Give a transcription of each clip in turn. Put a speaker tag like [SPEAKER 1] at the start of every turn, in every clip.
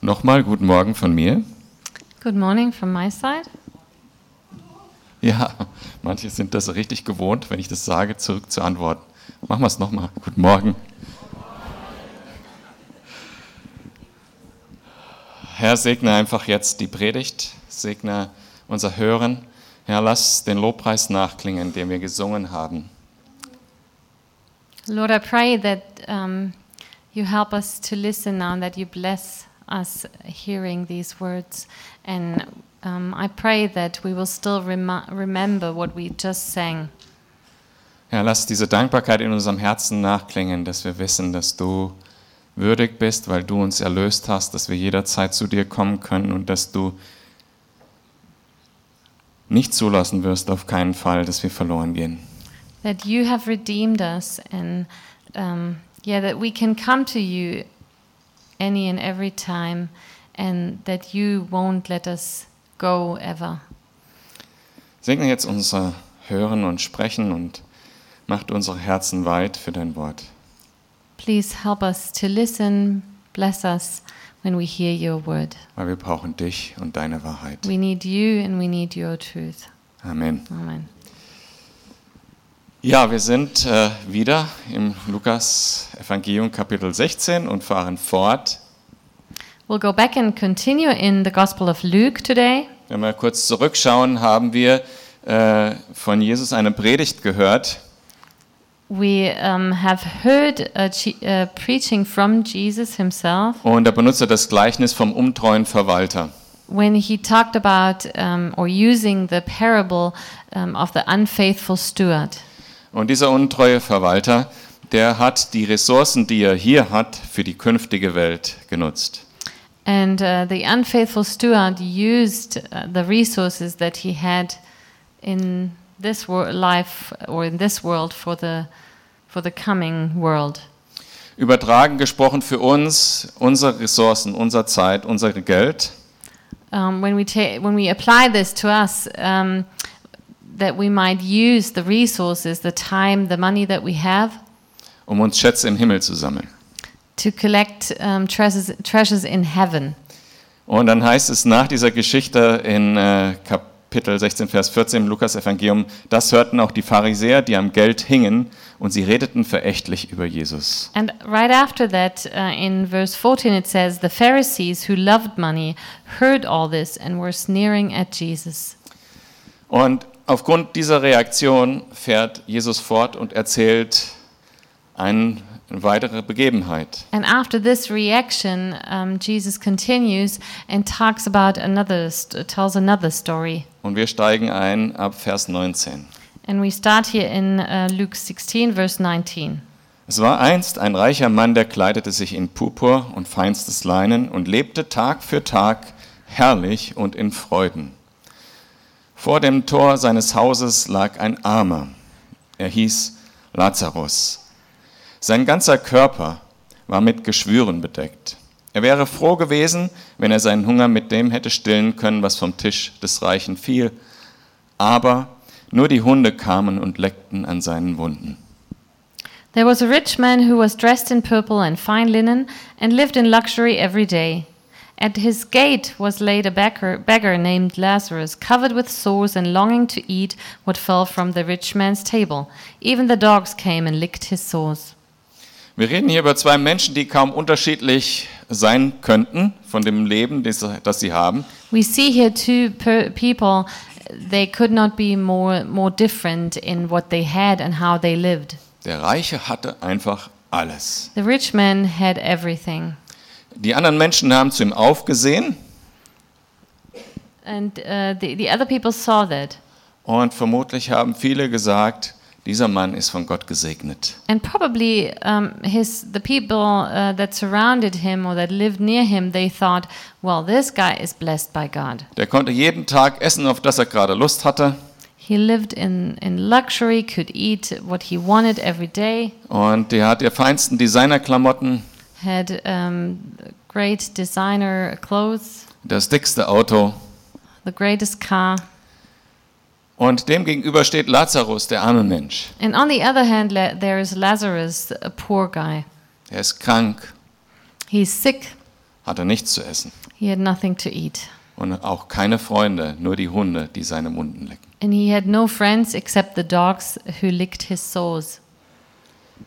[SPEAKER 1] Nochmal guten Morgen von mir.
[SPEAKER 2] Good morning from my side.
[SPEAKER 1] Ja, manche sind das richtig gewohnt, wenn ich das sage, zurück zu antworten. Machen wir es nochmal. Guten Morgen. Herr, segne einfach jetzt die Predigt, segne unser Hören. Herr, lass den Lobpreis nachklingen, den wir gesungen haben.
[SPEAKER 2] Lord, I pray that um, you help us to listen now and that you bless us hearing these words. And um, I pray that we will still rem- remember what we just sang.
[SPEAKER 1] Herr, lass diese Dankbarkeit in unserem Herzen nachklingen, dass wir wissen, dass du würdig bist, weil du uns erlöst hast, dass wir jederzeit zu dir kommen können und dass du nicht zulassen wirst, auf keinen Fall, dass wir verloren gehen.
[SPEAKER 2] that you have redeemed us and um, yeah that we can come to you any and every time and that you won't let us go ever
[SPEAKER 1] Segne jetzt unser Hören und Sprechen und macht unsere Herzen weit für dein Wort.
[SPEAKER 2] please help us to listen bless us when we hear your word
[SPEAKER 1] Weil wir brauchen dich und deine Wahrheit.
[SPEAKER 2] we need you and we need your truth
[SPEAKER 1] Amen.
[SPEAKER 2] amen
[SPEAKER 1] Ja, wir sind äh, wieder im Lukas Evangelium Kapitel 16 und fahren fort.
[SPEAKER 2] we'll go back and continue in the gospel of luke today
[SPEAKER 1] Wenn wir kurz zurückschauen, haben wir äh, von Jesus eine Predigt gehört.
[SPEAKER 2] we um, have heard a, Je- uh preaching from jesus himself
[SPEAKER 1] Und da benutzt er das Gleichnis vom untreuen Verwalter.
[SPEAKER 2] when he talked about um, or using the parable um, of the unfaithful steward.
[SPEAKER 1] Und dieser untreue Verwalter, der hat die Ressourcen, die er hier hat, für die künftige Welt genutzt.
[SPEAKER 2] And uh, the unfaithful steward used uh, the resources that he had in this wor- life or in this world for the, for the coming world.
[SPEAKER 1] Übertragen gesprochen für uns, unsere Ressourcen, unsere Zeit, unser Geld.
[SPEAKER 2] Um, when, we ta- when we apply this to us, um, that we might use the resources, the time, the money that we have
[SPEAKER 1] um uns Schätze im Himmel zu sammeln.
[SPEAKER 2] to collect um, treasures, treasures in heaven.
[SPEAKER 1] Und dann heißt es nach dieser Geschichte in äh, Kapitel 16, Vers 14 im Lukas-Evangelium, das hörten auch die Pharisäer, die am Geld hingen, und sie redeten verächtlich über Jesus.
[SPEAKER 2] And right after that, uh, in verse 14, it says, The Pharisees who loved money heard all this and were sneering at Jesus.
[SPEAKER 1] Und aufgrund dieser Reaktion fährt Jesus fort und erzählt eine weitere Begebenheit.
[SPEAKER 2] And after this reaction, um, Jesus continues and talks about another, st- tells another story.
[SPEAKER 1] Und wir steigen ein ab Vers 19.
[SPEAKER 2] And we start here in uh, Luke 16, verse 19.
[SPEAKER 1] Es war einst ein reicher Mann, der kleidete sich in Purpur und feinstes Leinen und lebte Tag für Tag herrlich und in Freuden. Vor dem Tor seines Hauses lag ein Armer. Er hieß Lazarus. Sein ganzer Körper war mit Geschwüren bedeckt. Er wäre froh gewesen, wenn er seinen Hunger mit dem hätte stillen können, was vom Tisch des Reichen fiel. Aber nur die Hunde kamen und leckten an seinen Wunden.
[SPEAKER 2] There was a rich man who was dressed in purple and fine linen and lived in luxury every day. At his gate was laid a beggar, beggar named Lazarus, covered with sores and longing to eat what fell from the rich man's table. Even the dogs came and licked his sores.
[SPEAKER 1] Wir reden hier über zwei Menschen, die kaum unterschiedlich sein könnten von dem Leben, das das sie haben.
[SPEAKER 2] We see here two per- people, they could not be more, more different in what they had and how they lived.
[SPEAKER 1] Der Reiche hatte einfach alles.
[SPEAKER 2] The rich man had everything.
[SPEAKER 1] Die anderen Menschen haben zu ihm aufgesehen
[SPEAKER 2] And uh, the, the other people saw that.
[SPEAKER 1] und vermutlich haben viele gesagt, dieser Mann ist von Gott gesegnet.
[SPEAKER 2] And probably um, his the people uh, that surrounded him or that lived near him, they thought, well, this guy is blessed by God.
[SPEAKER 1] Der konnte jeden Tag essen, auf das er gerade Lust hatte
[SPEAKER 2] He lived in, in luxury, could eat what he wanted every day,
[SPEAKER 1] und der hat die feinsten Designerklamotten,
[SPEAKER 2] had um, great designer clothes,
[SPEAKER 1] das dickste Auto.
[SPEAKER 2] the greatest car.
[SPEAKER 1] Und dem gegenüber steht Lazarus, der arme Mensch.
[SPEAKER 2] And on the other hand, la- there is Lazarus, a poor guy.
[SPEAKER 1] Er ist krank,
[SPEAKER 2] He's sick,
[SPEAKER 1] hatte nichts zu essen
[SPEAKER 2] He had nothing to eat,
[SPEAKER 1] und auch keine Freunde, nur die Hunde, die seine Wunden lecken.
[SPEAKER 2] and he had no friends except the dogs who licked his sores.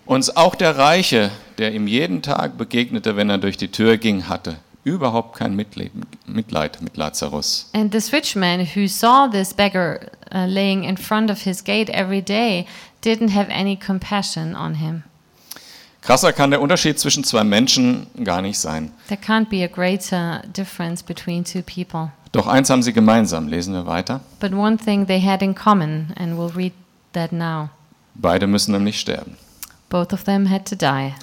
[SPEAKER 1] Uns auch der Reiche, der ihm jeden Tag begegnete, wenn er durch die Tür ging, hatte überhaupt kein Mitleid, Mitleid mit Lazarus.
[SPEAKER 2] And this rich man who saw this beggar uh, laying in front of his gate every day didn't have any compassion on him.
[SPEAKER 1] Krasser kann der Unterschied zwischen zwei Menschen gar nicht sein.
[SPEAKER 2] There can't be a greater difference between two people.
[SPEAKER 1] Doch eins haben sie gemeinsam, lesen wir weiter.
[SPEAKER 2] But one thing they had in common, and we'll read that now
[SPEAKER 1] Beide müssen nämlich sterben.
[SPEAKER 2] both of them had to die.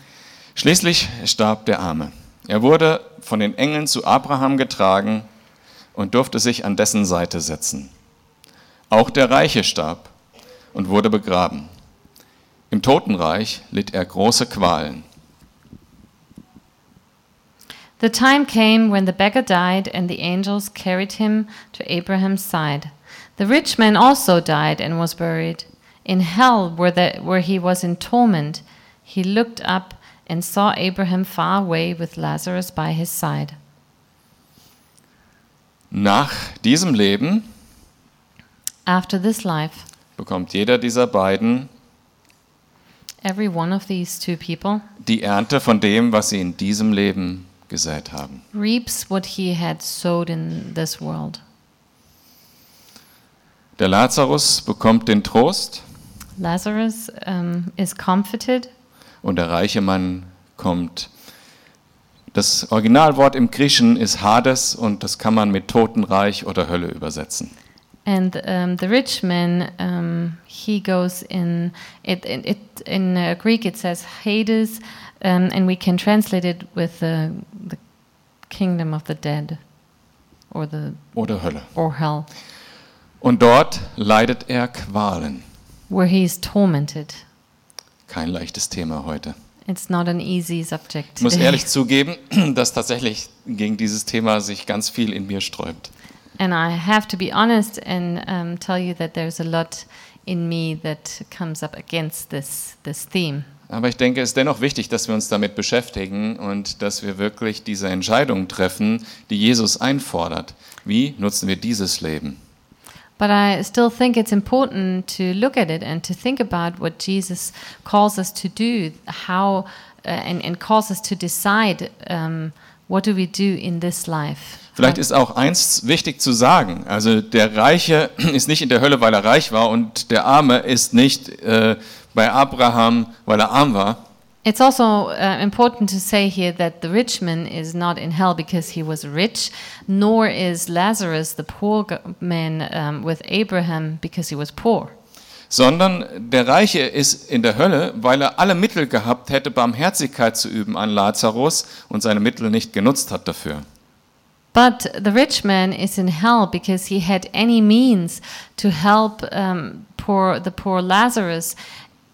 [SPEAKER 1] Schließlich starb der Arme. Er wurde von den Engeln zu Abraham getragen und durfte sich an dessen Seite setzen. Auch der Reiche starb und wurde begraben. Im Totenreich litt er große Qualen.
[SPEAKER 2] The time came when the beggar died, and the angels carried him to Abraham's side. The rich man also died and was buried. In hell, where, the, where he was in torment, he looked up and saw Abraham far away with Lazarus by his side.
[SPEAKER 1] Nach diesem Leben
[SPEAKER 2] After this life,
[SPEAKER 1] bekommt jeder dieser beiden
[SPEAKER 2] every one of these two people
[SPEAKER 1] die Ernte von dem, was sie in diesem Leben gesät haben.
[SPEAKER 2] reaps what he had sowed in this world.
[SPEAKER 1] Der Lazarus bekommt den Trost
[SPEAKER 2] Lazarus um, is comforted.
[SPEAKER 1] und der reiche Mann kommt. Das Originalwort im Griechischen ist Hades und das kann man mit Totenreich oder Hölle übersetzen.
[SPEAKER 2] And um, the rich man, um, he goes in it. In, it, in uh, Greek, it says Hades, um, and we can translate it with uh, the kingdom of the dead, or the
[SPEAKER 1] Oder Hölle.
[SPEAKER 2] or hell,
[SPEAKER 1] Und dort leidet er Qualen.
[SPEAKER 2] where he is tormented.
[SPEAKER 1] Kein leichtes Thema heute.
[SPEAKER 2] It's not an easy subject.
[SPEAKER 1] Ich muss
[SPEAKER 2] today.
[SPEAKER 1] ehrlich zugeben, dass tatsächlich gegen dieses Thema sich ganz viel in mir sträubt.
[SPEAKER 2] and I have to be honest and um, tell you that there's a lot in me that comes up against this this theme.
[SPEAKER 1] Aber ich denke, es ist dennoch wichtig, dass wir uns damit beschäftigen und dass wir wirklich diese Entscheidung treffen, die Jesus einfordert. Wie nutzen wir dieses Leben?
[SPEAKER 2] But I still think it's important to look at it and to think about what Jesus calls us to do, how uh, and, and calls us to decide um, what do we do in this life.
[SPEAKER 1] Vielleicht ist auch eins wichtig zu sagen. Also der Reiche ist nicht in der Hölle, weil er reich war und der Arme ist nicht äh, bei Abraham, weil er arm war.
[SPEAKER 2] It's also uh, important to say here that the rich man is not in hell because he was rich, nor is Lazarus the poor g- man um, with Abraham because he was poor.
[SPEAKER 1] sondern der Reiche ist in der Hölle, weil er alle Mittel gehabt hätte, Barmherzigkeit zu üben an Lazarus und seine Mittel nicht genutzt hat dafür.
[SPEAKER 2] But the rich man is in hell because he had any means to help um, poor the poor Lazarus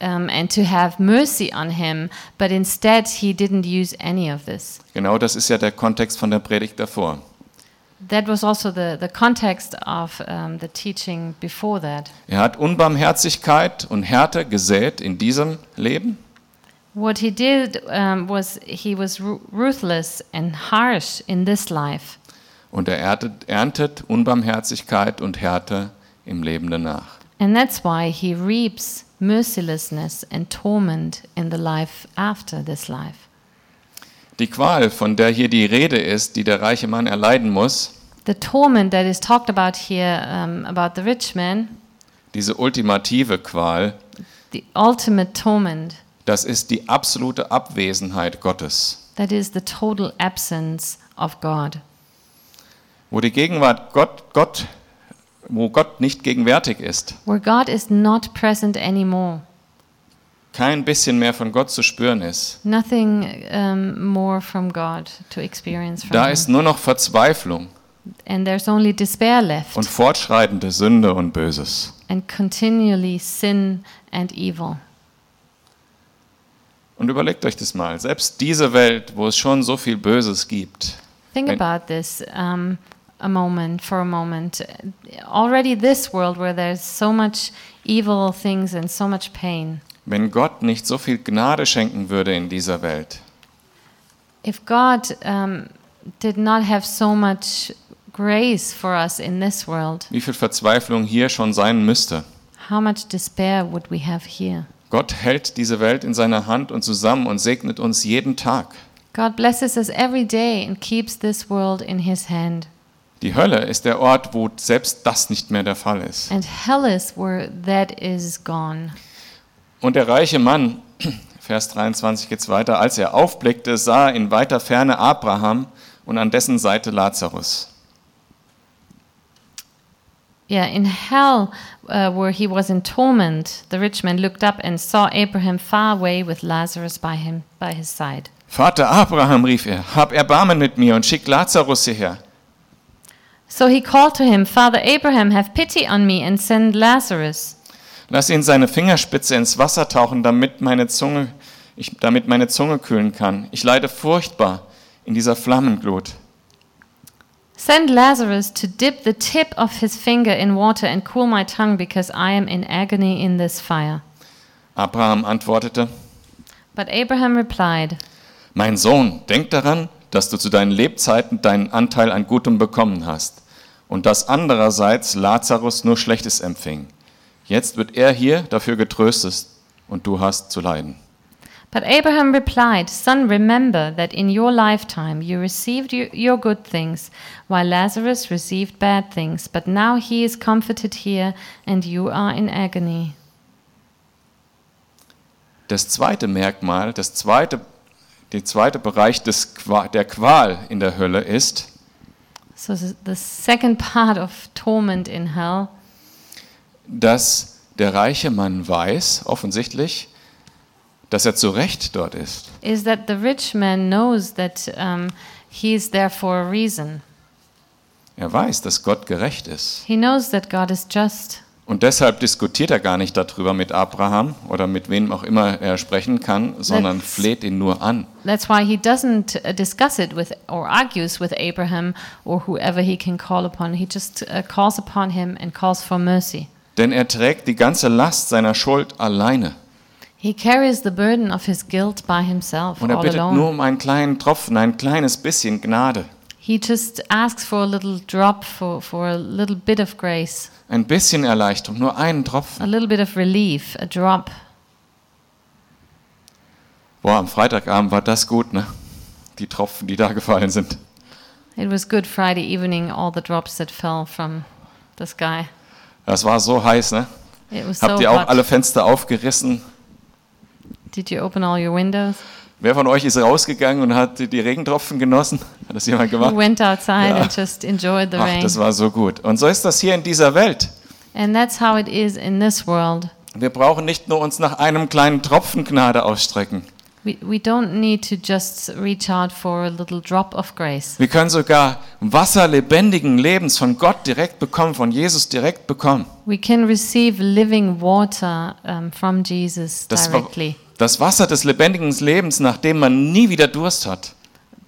[SPEAKER 2] um, and to have mercy on him, but instead he didn't use any of this.
[SPEAKER 1] Genau das ist ja der Kontext von der Predigt davor.
[SPEAKER 2] That was also the, the context of um, the teaching before that.
[SPEAKER 1] Er hat Unbarmherzigkeit und Härte gesät in diesem Leben
[SPEAKER 2] What he did um, was he was ru- ruthless and harsh in this life,
[SPEAKER 1] und er erntet, erntet Unbarmherzigkeit und Härte im Leben danach.
[SPEAKER 2] and that's why he reaps mercilessness and torment in the life after this life.
[SPEAKER 1] Die Qual, von der hier die Rede ist, die der reiche Mann erleiden muss,
[SPEAKER 2] the torment that is talked about here um, about the rich man,
[SPEAKER 1] diese ultimative Qual,
[SPEAKER 2] the ultimate torment,
[SPEAKER 1] das ist die absolute Abwesenheit Gottes.
[SPEAKER 2] that is the total absence of God,
[SPEAKER 1] wo die Gegenwart Gott, Gott, wo Gott nicht gegenwärtig ist,
[SPEAKER 2] where God is not present anymore.
[SPEAKER 1] kein bisschen mehr von Gott zu spüren ist.
[SPEAKER 2] Nothing um, more from God to experience from
[SPEAKER 1] Da
[SPEAKER 2] him.
[SPEAKER 1] ist nur noch Verzweiflung
[SPEAKER 2] And there's only despair left
[SPEAKER 1] und fortschreitende Sünde und Böses.
[SPEAKER 2] and continually sin and evil.
[SPEAKER 1] Und überlegt euch das mal, selbst diese Welt, wo es schon so viel Böses gibt,
[SPEAKER 2] Think
[SPEAKER 1] Wenn-
[SPEAKER 2] about this um, a moment, for a moment. Already this world where there's so much evil things and so much pain.
[SPEAKER 1] wenn Gott nicht so viel Gnade schenken würde in dieser Welt,
[SPEAKER 2] if God um, did not have so much grace for us in this world,
[SPEAKER 1] Wie viel Verzweiflung hier schon sein müsste.
[SPEAKER 2] how much despair would we have here?
[SPEAKER 1] Gott hält diese Welt in seiner Hand und zusammen und segnet uns jeden Tag.
[SPEAKER 2] God blesses us every day and keeps this world in his hand.
[SPEAKER 1] Die Hölle ist der Ort, wo selbst das nicht mehr der Fall ist.
[SPEAKER 2] And hell is where that is gone.
[SPEAKER 1] Und der reiche Mann, Vers 23 geht's weiter, als er aufblickte, sah in weiter Ferne Abraham und an dessen Seite Lazarus.
[SPEAKER 2] Yeah, in hell, uh, where he was in torment, the rich man looked up and saw Abraham far away with Lazarus by him by his side.
[SPEAKER 1] Vater Abraham, rief er, hab Erbarmen mit mir und schick Lazarus hierher.
[SPEAKER 2] So he called to him, "Father Abraham, have pity on me and send Lazarus."
[SPEAKER 1] Lass ihn seine Fingerspitze ins Wasser tauchen, damit meine Zunge, ich, damit meine Zunge kühlen kann. Ich leide furchtbar in dieser Flammenglut.
[SPEAKER 2] Send Lazarus to dip the tip of his finger in water and cool my tongue because I am in agony in this fire.
[SPEAKER 1] Abraham antwortete,
[SPEAKER 2] But Abraham replied,
[SPEAKER 1] Mein Sohn, denk daran, dass du zu deinen Lebzeiten deinen Anteil an Gutem bekommen hast und dass andererseits Lazarus nur Schlechtes empfing. Jetzt wird er hier dafür getröstet und du hast zu leiden.
[SPEAKER 2] But Abraham replied, Son, remember that in your lifetime you received your, your good things, while Lazarus received bad things, but now he is comforted here and you are in agony.
[SPEAKER 1] Das zweite Merkmal, das zweite, der zweite Bereich des Qua- der Qual in der Hölle ist,
[SPEAKER 2] So s- the second part of torment in hell
[SPEAKER 1] dass der reiche Mann weiß, offensichtlich, dass er zu Recht dort ist.
[SPEAKER 2] is that the rich man knows that um, he is there for a reason.
[SPEAKER 1] Er weiß, dass Gott gerecht ist.
[SPEAKER 2] He knows that God is just.
[SPEAKER 1] Und deshalb diskutiert er gar nicht darüber mit Abraham oder mit wem auch immer er sprechen kann, sondern
[SPEAKER 2] Let's-
[SPEAKER 1] fleht ihn nur an.
[SPEAKER 2] That's why he doesn't uh, discuss it with or argues with Abraham or whoever he can call upon. He just uh, calls upon him and calls for mercy.
[SPEAKER 1] Denn er trägt die ganze Last seiner Schuld alleine.
[SPEAKER 2] He carries the burden of his guilt by himself
[SPEAKER 1] Und er
[SPEAKER 2] all
[SPEAKER 1] bittet
[SPEAKER 2] alone.
[SPEAKER 1] nur um einen kleinen Tropfen, ein kleines bisschen Gnade.
[SPEAKER 2] He just asks for a little drop, for, for a little bit of grace,
[SPEAKER 1] Ein bisschen Erleichterung, nur einen
[SPEAKER 2] a
[SPEAKER 1] Tropfen.
[SPEAKER 2] little bit of relief, a drop.
[SPEAKER 1] Boah, am Freitagabend war das gut, ne? Die Tropfen, die da gefallen sind.
[SPEAKER 2] It was Good Friday evening, all the drops that fell from the sky.
[SPEAKER 1] Das war so heiß, ne?
[SPEAKER 2] It was so
[SPEAKER 1] Habt ihr auch
[SPEAKER 2] hot.
[SPEAKER 1] alle Fenster aufgerissen?
[SPEAKER 2] Did you open all your windows?
[SPEAKER 1] Wer von euch ist rausgegangen und hat die Regentropfen genossen? Hat das jemand
[SPEAKER 2] Who
[SPEAKER 1] gemacht?
[SPEAKER 2] went outside
[SPEAKER 1] Ja.
[SPEAKER 2] and just enjoyed the
[SPEAKER 1] Ach,
[SPEAKER 2] rain?
[SPEAKER 1] das war so gut. Und so ist das hier in dieser Welt.
[SPEAKER 2] And that's how it is in this world.
[SPEAKER 1] Wir brauchen nicht nur uns nach einem kleinen Tropfen Gnade ausstrecken.
[SPEAKER 2] We, we don't need to just reach out for a little drop of grace.
[SPEAKER 1] Wir können sogar Wasser lebendigen Lebens von Gott direkt bekommen, von Jesus direkt bekommen.
[SPEAKER 2] We can receive living water um, from Jesus
[SPEAKER 1] Das, Wa-
[SPEAKER 2] directly.
[SPEAKER 1] das Wasser des lebendigen Lebens, nach dem man nie wieder Durst hat.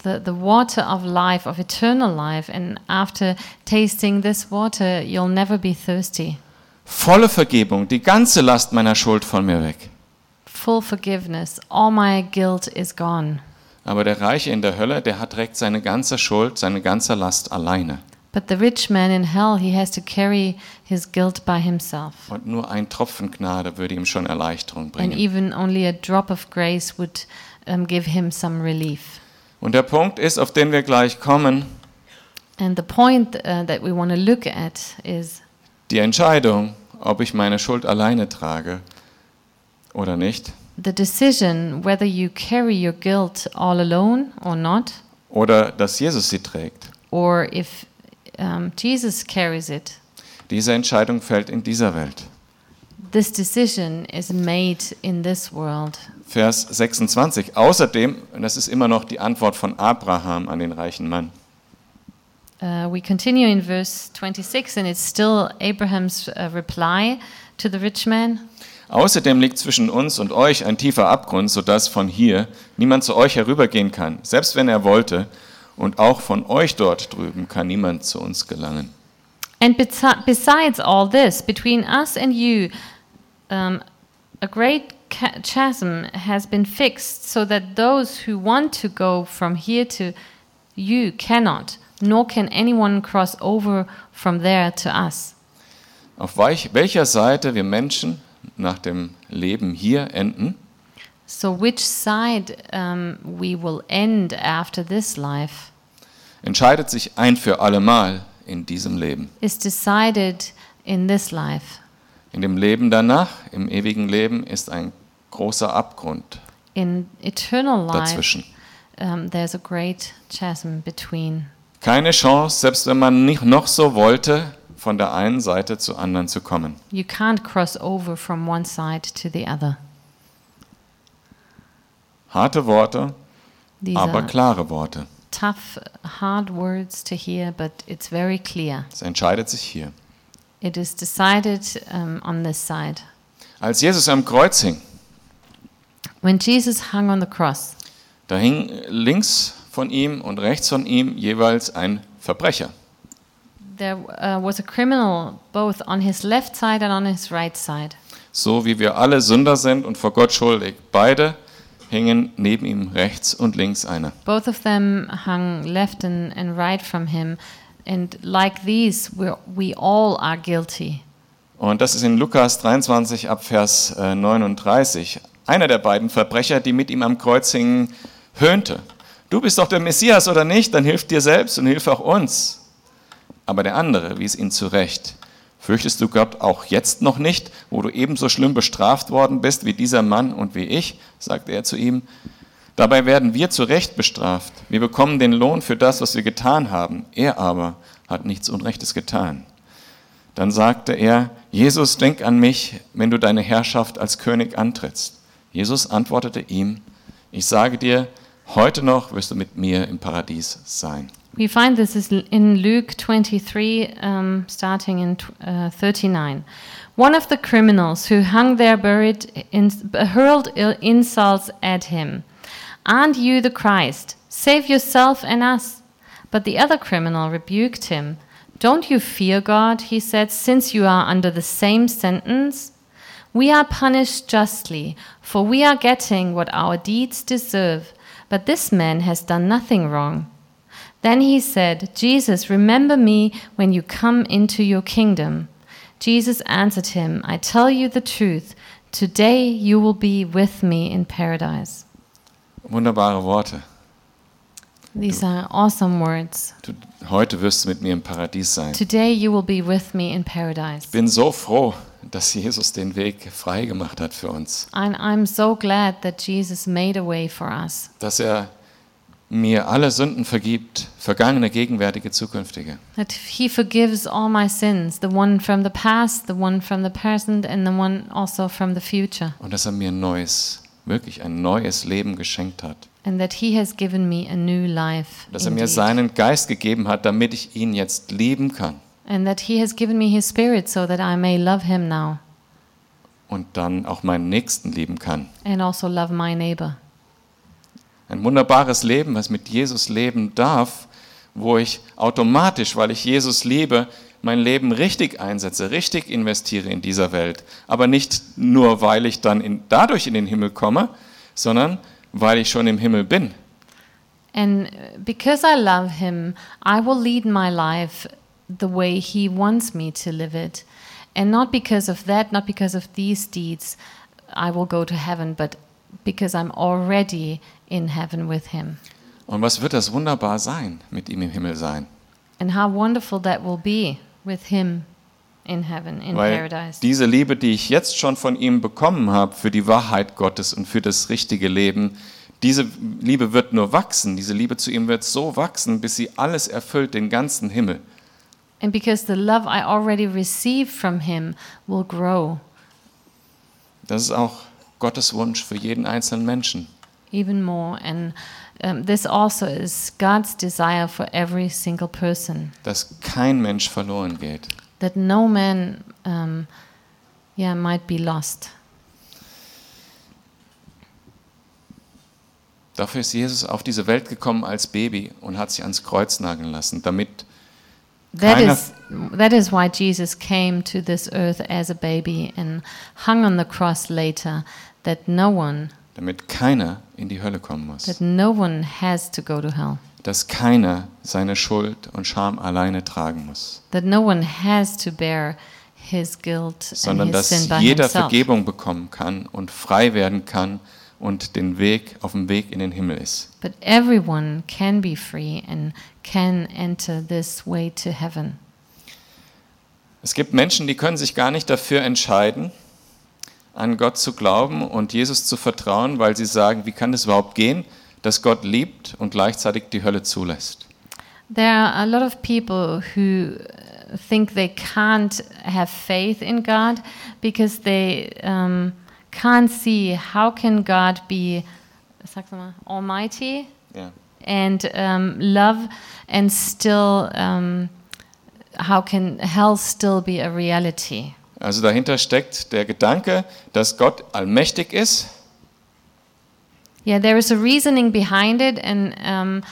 [SPEAKER 2] The, the water of life, of eternal life. And after tasting this water, you'll never be thirsty.
[SPEAKER 1] Volle Vergebung, die ganze Last meiner Schuld von mir weg.
[SPEAKER 2] Full forgiveness. All my guilt is gone.
[SPEAKER 1] Aber der Reiche in der Hölle, der hat trägt seine ganze Schuld, seine ganze Last alleine.
[SPEAKER 2] But the rich man in hell, he has to carry his guilt by himself.
[SPEAKER 1] Und nur ein Tropfen Gnade würde ihm schon Erleichterung
[SPEAKER 2] And e-
[SPEAKER 1] bringen.
[SPEAKER 2] even only a drop of grace would um, give him some relief.
[SPEAKER 1] Und der Punkt ist, auf den wir gleich kommen,
[SPEAKER 2] And the point uh, that we want to look at is
[SPEAKER 1] Die Entscheidung, ob ich meine Schuld alleine trage oder nicht,
[SPEAKER 2] the decision whether you carry your guilt all alone or not,
[SPEAKER 1] oder dass Jesus sie trägt,
[SPEAKER 2] or if um, Jesus carries it.
[SPEAKER 1] diese Entscheidung fällt in dieser Welt.
[SPEAKER 2] This decision is made in this world.
[SPEAKER 1] Vers 26. Außerdem, und das ist immer noch die Antwort von Abraham an den reichen Mann,
[SPEAKER 2] Uh, we continue in verse 26, and it's still Abraham's uh, reply to the rich man.
[SPEAKER 1] außerdem liegt zwischen uns und euch ein tiefer Abgrund, sodass von hier niemand zu euch herübergehen kann, selbst wenn er wollte, und auch von euch dort drüben kann niemand zu uns gelangen.
[SPEAKER 2] And besi- besides all this, between us and you, um, a great ca- chasm has been fixed so that those who want to go from here to You cannot, nor can anyone cross over from there to us.
[SPEAKER 1] Auf weich- welcher Seite wir Menschen nach dem Leben hier enden,
[SPEAKER 2] So, which side um, we will end after this life
[SPEAKER 1] entscheidet sich ein für allemal in diesem Leben.
[SPEAKER 2] is decided in this life.
[SPEAKER 1] In dem Leben danach, im ewigen Leben, ist ein großer Abgrund
[SPEAKER 2] In eternal life,
[SPEAKER 1] dazwischen.
[SPEAKER 2] um, there's a great chasm between.
[SPEAKER 1] Keine Chance, selbst wenn man nicht noch so wollte, von der einen Seite zur anderen zu kommen.
[SPEAKER 2] You can't cross over from one side to the other.
[SPEAKER 1] Harte Worte,
[SPEAKER 2] These
[SPEAKER 1] aber
[SPEAKER 2] are
[SPEAKER 1] klare Worte.
[SPEAKER 2] tough, hard words to hear, but it's very clear.
[SPEAKER 1] Es entscheidet sich hier.
[SPEAKER 2] It is decided um, on this side.
[SPEAKER 1] Als Jesus am Kreuz hing,
[SPEAKER 2] When Jesus hung on the cross,
[SPEAKER 1] da hing links von ihm und rechts von ihm jeweils ein Verbrecher.
[SPEAKER 2] there uh, was a criminal both on his left side and on his right side.
[SPEAKER 1] So wie wir alle Sünder sind und vor Gott schuldig. Beide hingen neben ihm rechts und links einer.
[SPEAKER 2] Both of them hung left and, and right from him. And like these, we're, we all are guilty.
[SPEAKER 1] Und das ist in Lukas 23 ab Vers äh, 39. Einer der beiden Verbrecher, die mit ihm am Kreuz hingen, höhnte. Du bist doch der Messias oder nicht, dann hilf dir selbst und hilf auch uns. Aber der andere wies ihn zurecht. Fürchtest du Gott auch jetzt noch nicht, wo du ebenso schlimm bestraft worden bist wie dieser Mann und wie ich? sagte er zu ihm. Dabei werden wir zu Recht bestraft. Wir bekommen den Lohn für das, was wir getan haben. Er aber hat nichts Unrechtes getan. Dann sagte er, Jesus, denk an mich, wenn du deine Herrschaft als König antrittst. Jesus antwortete ihm, ich sage dir, heute noch wirst du mit mir im Paradies sein.
[SPEAKER 2] We find this is l- in Luke 23, um, starting in tw- uh, 39. One of the criminals who hung there buried in, b- hurled il- insults at him. Aren't you the Christ? Save yourself and us. But the other criminal rebuked him. Don't you fear God, he said, since you are under the same sentence? We are punished justly, for we are getting what our deeds deserve, but this man has done nothing wrong. Then he said, Jesus, remember me when you come into your kingdom. Jesus answered him, I tell you the truth, today you will be with me in paradise.
[SPEAKER 1] Wunderbare Worte.
[SPEAKER 2] These are awesome words.
[SPEAKER 1] Du, heute wirst du mit mir im Paradies sein.
[SPEAKER 2] Today you will be with me in paradise.
[SPEAKER 1] Ich bin so froh, dass Jesus den Weg frei gemacht hat für uns,
[SPEAKER 2] And I'm so glad that Jesus made a way for us,
[SPEAKER 1] dass er mir alle Sünden vergibt, vergangene, gegenwärtige, zukünftige.
[SPEAKER 2] that He forgives all my sins the one from the past, the one from the present, and the one also from the future,
[SPEAKER 1] Und dass er mir ein neues, wirklich ein neues Leben geschenkt hat.
[SPEAKER 2] and that He has given me a new life.
[SPEAKER 1] dass er mir
[SPEAKER 2] indeed.
[SPEAKER 1] seinen Geist gegeben hat, damit ich ihn jetzt lieben kann
[SPEAKER 2] And that he has given me his spirit so that I may love him now
[SPEAKER 1] und dann auch meinen Nächsten lieben kann.
[SPEAKER 2] and also love my neighbor.
[SPEAKER 1] Ein wunderbares Leben, was ich mit Jesus leben darf, wo ich automatisch, weil ich Jesus liebe, mein Leben richtig einsetze, richtig investiere in dieser Welt. Aber nicht nur, weil ich dann in, dadurch in den Himmel komme, sondern weil ich schon im Himmel bin.
[SPEAKER 2] And uh, because I love him, I will lead my life the way he wants me to live it. And not because of that, not because of these deeds, I will go to heaven, but because I'm already in heaven with him.
[SPEAKER 1] Und was wird das wunderbar sein, mit ihm im Himmel sein?
[SPEAKER 2] And how wonderful that will be with him in heaven, in
[SPEAKER 1] Weil
[SPEAKER 2] paradise.
[SPEAKER 1] diese Liebe, die ich jetzt schon von ihm bekommen habe für die Wahrheit Gottes und für das richtige Leben, diese Liebe wird nur wachsen. Diese Liebe zu ihm wird so wachsen, bis sie alles erfüllt, den ganzen Himmel.
[SPEAKER 2] And because the love I already receive from him will grow
[SPEAKER 1] Das ist auch Gottes Wunsch für jeden einzelnen Menschen.
[SPEAKER 2] even more. And um, this also is God's desire for every single person
[SPEAKER 1] Dass kein Mensch verloren geht.
[SPEAKER 2] that no man, um, yeah, might be lost.
[SPEAKER 1] Dafür ist Jesus auf diese Welt gekommen als Baby und hat sich ans Kreuz nageln lassen, damit
[SPEAKER 2] That
[SPEAKER 1] Keiner-
[SPEAKER 2] is that is why Jesus came to this earth as a baby and hung on the cross later, that no one
[SPEAKER 1] damit keiner in die Hölle kommen muss.
[SPEAKER 2] that no one has to go to hell.
[SPEAKER 1] dass keiner seine Schuld und Scham alleine tragen muss,
[SPEAKER 2] that no one has to bear his guilt and
[SPEAKER 1] sondern
[SPEAKER 2] his
[SPEAKER 1] dass
[SPEAKER 2] sin by
[SPEAKER 1] jeder
[SPEAKER 2] himself,
[SPEAKER 1] Vergebung bekommen kann und frei werden kann und den Weg auf dem Weg in den Himmel ist.
[SPEAKER 2] but everyone can be free and can enter this way to heaven.
[SPEAKER 1] Es gibt Menschen, die können sich gar nicht dafür entscheiden, an Gott zu glauben und Jesus zu vertrauen, weil sie sagen, wie kann es überhaupt gehen, dass Gott liebt und gleichzeitig die Hölle zulässt?
[SPEAKER 2] There are a lot of people who uh, think they can't have faith in God because they um, can't see how can God be sag mal, almighty
[SPEAKER 1] Ja.
[SPEAKER 2] and um, love and still um, how can hell still be a reality
[SPEAKER 1] Also dahinter steckt der Gedanke, dass Gott allmächtig ist
[SPEAKER 2] yeah there is a reasoning behind it and um,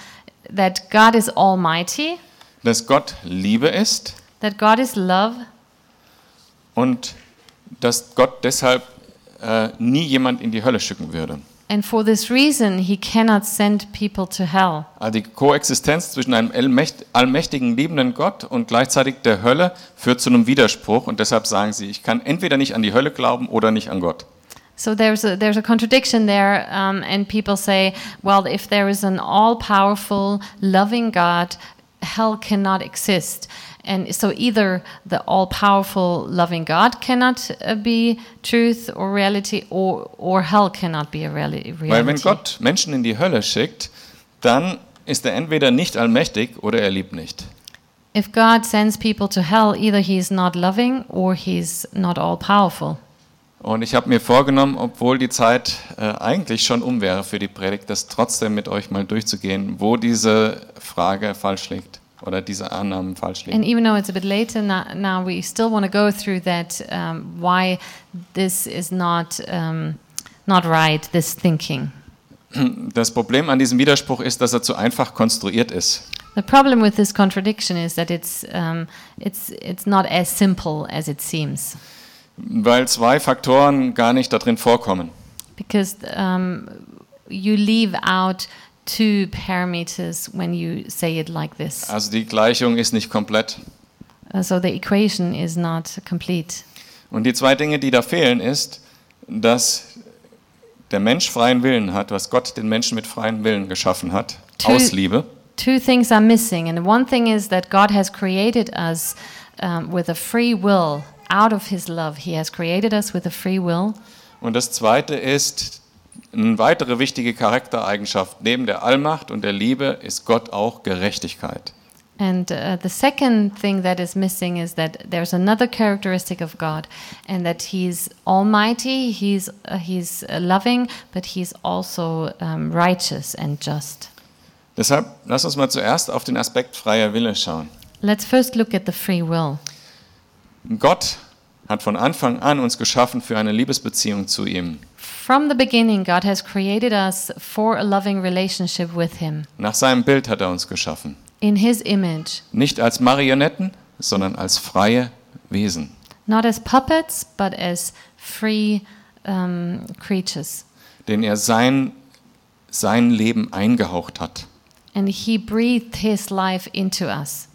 [SPEAKER 2] that god is almighty
[SPEAKER 1] dass Gott Liebe ist
[SPEAKER 2] that god is love
[SPEAKER 1] und dass Gott deshalb äh, nie jemand in die Hölle schicken würde.
[SPEAKER 2] and for this reason he cannot send people to hell
[SPEAKER 1] Also die Koexistenz zwischen einem allmächt- allmächtigen, liebenden Gott und gleichzeitig der Hölle führt zu einem Widerspruch und deshalb sagen sie, ich kann entweder nicht an die Hölle glauben oder nicht an Gott.
[SPEAKER 2] so there's a there's a contradiction there um, and people say well if there is an all-powerful loving god hell cannot exist and so either the all-powerful loving god cannot uh, be truth or reality or or hell cannot be a reali- reality
[SPEAKER 1] Weil wenn Gott Menschen in die Hölle schickt, dann ist er entweder nicht allmächtig oder er liebt nicht.
[SPEAKER 2] If God sends people to hell, either he is not loving or he's not all powerful.
[SPEAKER 1] Und ich habe mir vorgenommen, obwohl die Zeit äh, eigentlich schon um wäre für die Predigt, das trotzdem mit euch mal durchzugehen, wo diese Frage falsch liegt oder diese Annahmen falsch liegen.
[SPEAKER 2] And even though it's a bit later now, now we still want to go through that um, why this is not um, not right. This thinking.
[SPEAKER 1] Das Problem an diesem Widerspruch ist, dass er zu einfach konstruiert ist.
[SPEAKER 2] The problem with this contradiction is that it's um, it's it's not as simple as it seems
[SPEAKER 1] Weil zwei Faktoren gar nicht darin vorkommen.
[SPEAKER 2] because um, you leave out two parameters when you say it like this.
[SPEAKER 1] Also die Gleichung ist nicht komplett.
[SPEAKER 2] Uh, so the equation is not complete.
[SPEAKER 1] Und die zwei Dinge, die da fehlen, ist, dass der Mensch freien Willen hat, was Gott den Menschen mit freiem Willen geschaffen hat,
[SPEAKER 2] Two-
[SPEAKER 1] aus Liebe.
[SPEAKER 2] two things are missing. And one thing is that God has created us um, with a free will out of his love. He has created us with a free will.
[SPEAKER 1] Und das zweite ist, eine weitere wichtige Charaktereigenschaft neben der Allmacht und der Liebe ist Gott auch Gerechtigkeit.
[SPEAKER 2] And uh, the second thing that is missing is that there's another characteristic of God, and that He's almighty, He's, uh, he's uh, loving, but He's also um, righteous and just.
[SPEAKER 1] Deshalb lass uns mal zuerst auf den Aspekt freier Wille schauen.
[SPEAKER 2] Let's first look at the free will.
[SPEAKER 1] Gott hat von Anfang an uns geschaffen für eine Liebesbeziehung zu ihm.
[SPEAKER 2] From the beginning, God has created us for a loving relationship with Him.
[SPEAKER 1] Nach seinem Bild hat er uns geschaffen.
[SPEAKER 2] In His image,
[SPEAKER 1] Nicht als Marionetten, sondern als freie Wesen.
[SPEAKER 2] not as puppets, but as free um, creatures.
[SPEAKER 1] denen er sein, sein Leben eingehaucht hat,
[SPEAKER 2] And he breathed his life into us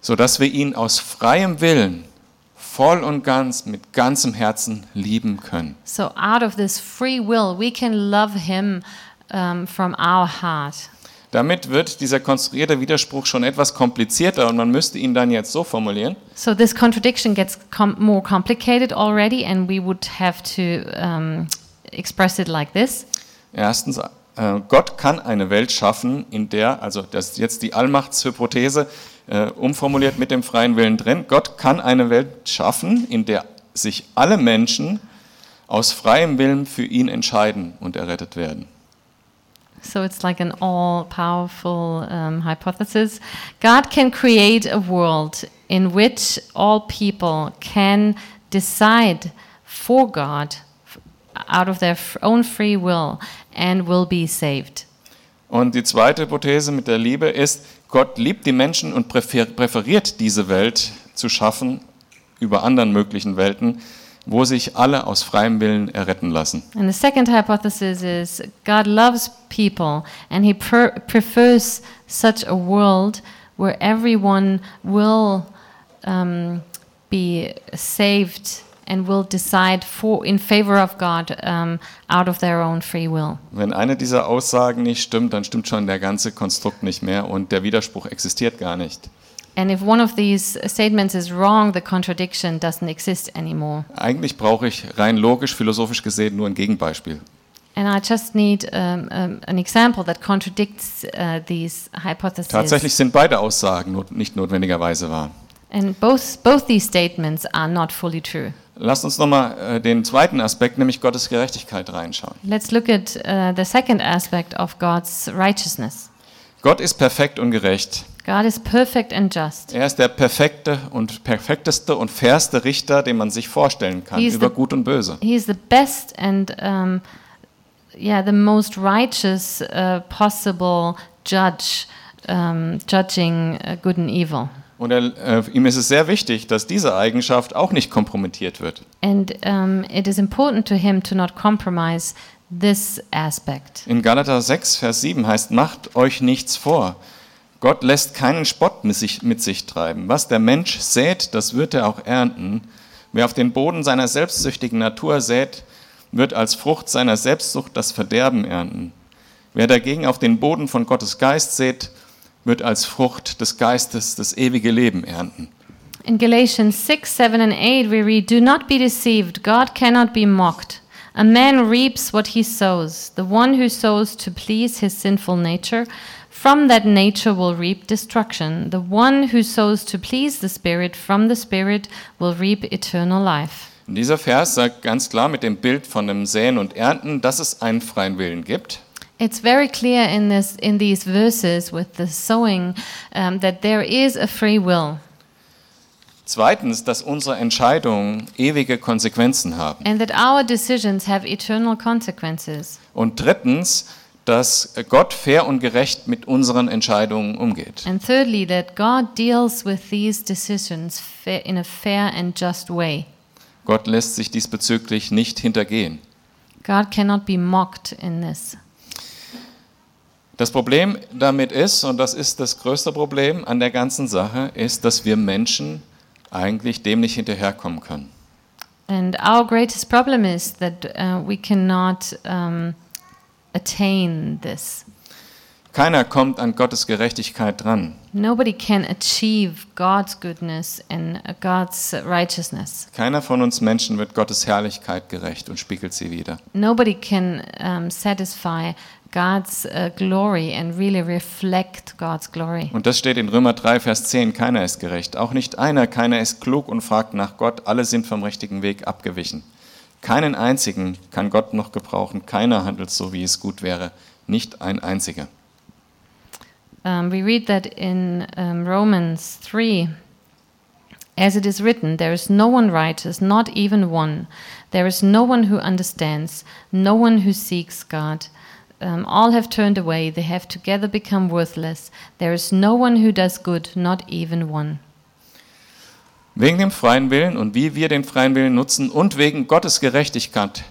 [SPEAKER 1] sodass wir ihn aus freiem Willen voll und ganz mit ganzem Herzen lieben können.
[SPEAKER 2] so out of this free will we can love him um, from our heart
[SPEAKER 1] Damit wird dieser konstruierte Widerspruch schon etwas komplizierter und man müsste ihn dann jetzt so formulieren.
[SPEAKER 2] so this contradiction gets com- more complicated already and we would have to um, express it like this
[SPEAKER 1] Erstens, äh, Gott kann eine Welt schaffen, in der, also das ist jetzt die Allmachtshypothese äh, umformuliert mit dem freien Willen drin, Gott kann eine Welt schaffen, in der sich alle Menschen aus freiem Willen für ihn entscheiden und errettet werden.
[SPEAKER 2] so it's like an all-powerful um, hypothesis god can create a world in which all people can decide for god f- out of their f- own free will and will be saved
[SPEAKER 1] Und die zweite Hypothese mit der Liebe ist, Gott liebt die Menschen und präfer- präferiert diese Welt zu schaffen über anderen möglichen Welten, wo sich alle aus freiem Willen erretten lassen.
[SPEAKER 2] And the second hypothesis is God loves people and he per- prefers such a world where everyone will um, be saved and will decide for in favor of God um, out of their own free will.
[SPEAKER 1] Wenn eine dieser Aussagen nicht stimmt, dann stimmt schon der ganze Konstrukt nicht mehr und der Widerspruch existiert gar nicht.
[SPEAKER 2] And if one of these statements is wrong, the contradiction doesn't exist anymore.
[SPEAKER 1] Eigentlich brauche ich rein logisch, philosophisch gesehen nur ein Gegenbeispiel.
[SPEAKER 2] And I just need um, um, an example that contradicts uh, these hypotheses.
[SPEAKER 1] Tatsächlich sind beide Aussagen not nicht notwendigerweise wahr.
[SPEAKER 2] And both, both these statements are not fully true.
[SPEAKER 1] Lasst uns nochmal äh, den zweiten Aspekt, nämlich Gottes Gerechtigkeit, reinschauen.
[SPEAKER 2] Let's look at uh, the second aspect of God's righteousness.
[SPEAKER 1] Gott ist perfekt und gerecht.
[SPEAKER 2] God is perfect and just.
[SPEAKER 1] Er ist der perfekte und perfekteste und fairste Richter, den man sich vorstellen kann
[SPEAKER 2] He is
[SPEAKER 1] über
[SPEAKER 2] the-
[SPEAKER 1] Gut und Böse.
[SPEAKER 2] He is the best and, um, yeah, the most righteous uh, possible judge, um, judging uh, good and evil.
[SPEAKER 1] Und er, äh, ihm ist es sehr wichtig, dass diese Eigenschaft auch nicht kompromittiert wird.
[SPEAKER 2] And um, it is important to him to not compromise this aspect.
[SPEAKER 1] In Galater 6, Vers 7 heißt, macht euch nichts vor. Gott lässt keinen Spott mit sich, mit sich treiben. Was der Mensch sät, das wird er auch ernten. Wer auf den Boden seiner selbstsüchtigen Natur sät, wird als Frucht seiner Selbstsucht das Verderben ernten. Wer dagegen auf den Boden von Gottes Geist sät, wird als Frucht des Geistes das ewige Leben ernten.
[SPEAKER 2] In Galatians 6, 7, and 8, we read, Do not be deceived. God cannot be mocked. A man reaps what he sows. The one who sows to please his sinful nature, from that nature will reap destruction. The one who sows to please the Spirit, from the Spirit will reap eternal life.
[SPEAKER 1] Und dieser Vers sagt ganz klar mit dem Bild von dem Säen und Ernten, dass es einen freien Willen gibt.
[SPEAKER 2] It's very clear in, this, in these verses with the sowing um, that there is a free will.
[SPEAKER 1] Zweitens, dass unsere Entscheidungen ewige Konsequenzen haben.
[SPEAKER 2] and that our decisions have eternal consequences.
[SPEAKER 1] Und drittens, dass Gott fair und gerecht mit unseren Entscheidungen umgeht.
[SPEAKER 2] And thirdly, that God deals with these decisions fa- in a fair and just way.
[SPEAKER 1] Gott lässt sich diesbezüglich nicht hintergehen.
[SPEAKER 2] God cannot be mocked in this.
[SPEAKER 1] Das Problem damit ist, und das ist das größte Problem an der ganzen Sache, ist, dass wir Menschen eigentlich dem nicht hinterherkommen können.
[SPEAKER 2] And our greatest problem is that uh, we cannot um, attain this.
[SPEAKER 1] Keiner kommt an Gottes Gerechtigkeit dran.
[SPEAKER 2] Nobody can achieve God's goodness and uh, God's righteousness.
[SPEAKER 1] Keiner von uns Menschen wird Gottes Herrlichkeit gerecht und spiegelt sie wieder.
[SPEAKER 2] Nobody can um, satisfy God's uh, glory and really reflect God's glory.
[SPEAKER 1] Und das steht in Römer 3, Vers 10. Keiner ist gerecht, auch nicht einer. Keiner ist klug und fragt nach Gott. Alle sind vom richtigen Weg abgewichen. Keinen einzigen kann Gott noch gebrauchen. Keiner handelt so, wie es gut wäre. Nicht ein einziger.
[SPEAKER 2] Um, we read that in um, Romans 3. As it is written, there is no one righteous, not even one. There is no one who understands, no one who seeks God. Um, all have turned away, they have together become worthless. There is no one who does good, not even one.
[SPEAKER 1] Wegen dem freien Willen und wie wir den freien Willen nutzen und wegen Gottes Gerechtigkeit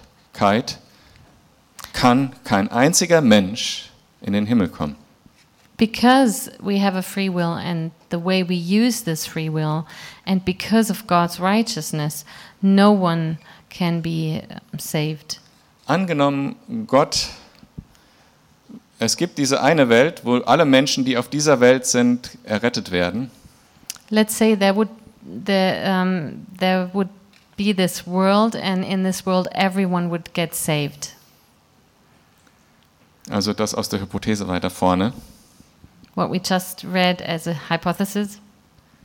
[SPEAKER 1] kann kein einziger Mensch in den Himmel kommen.
[SPEAKER 2] Because we have a free will and the way we use this free will, and because of God's righteousness, no one can be um, saved.
[SPEAKER 1] Angenommen, Gott, es gibt diese eine Welt, wo alle Menschen, die auf dieser Welt sind, errettet werden.
[SPEAKER 2] let's say there would the um, there would be this world, and in this world, everyone would get saved.
[SPEAKER 1] Also das aus der Hypothese weiter vorne.
[SPEAKER 2] What we just read as a hypothesis.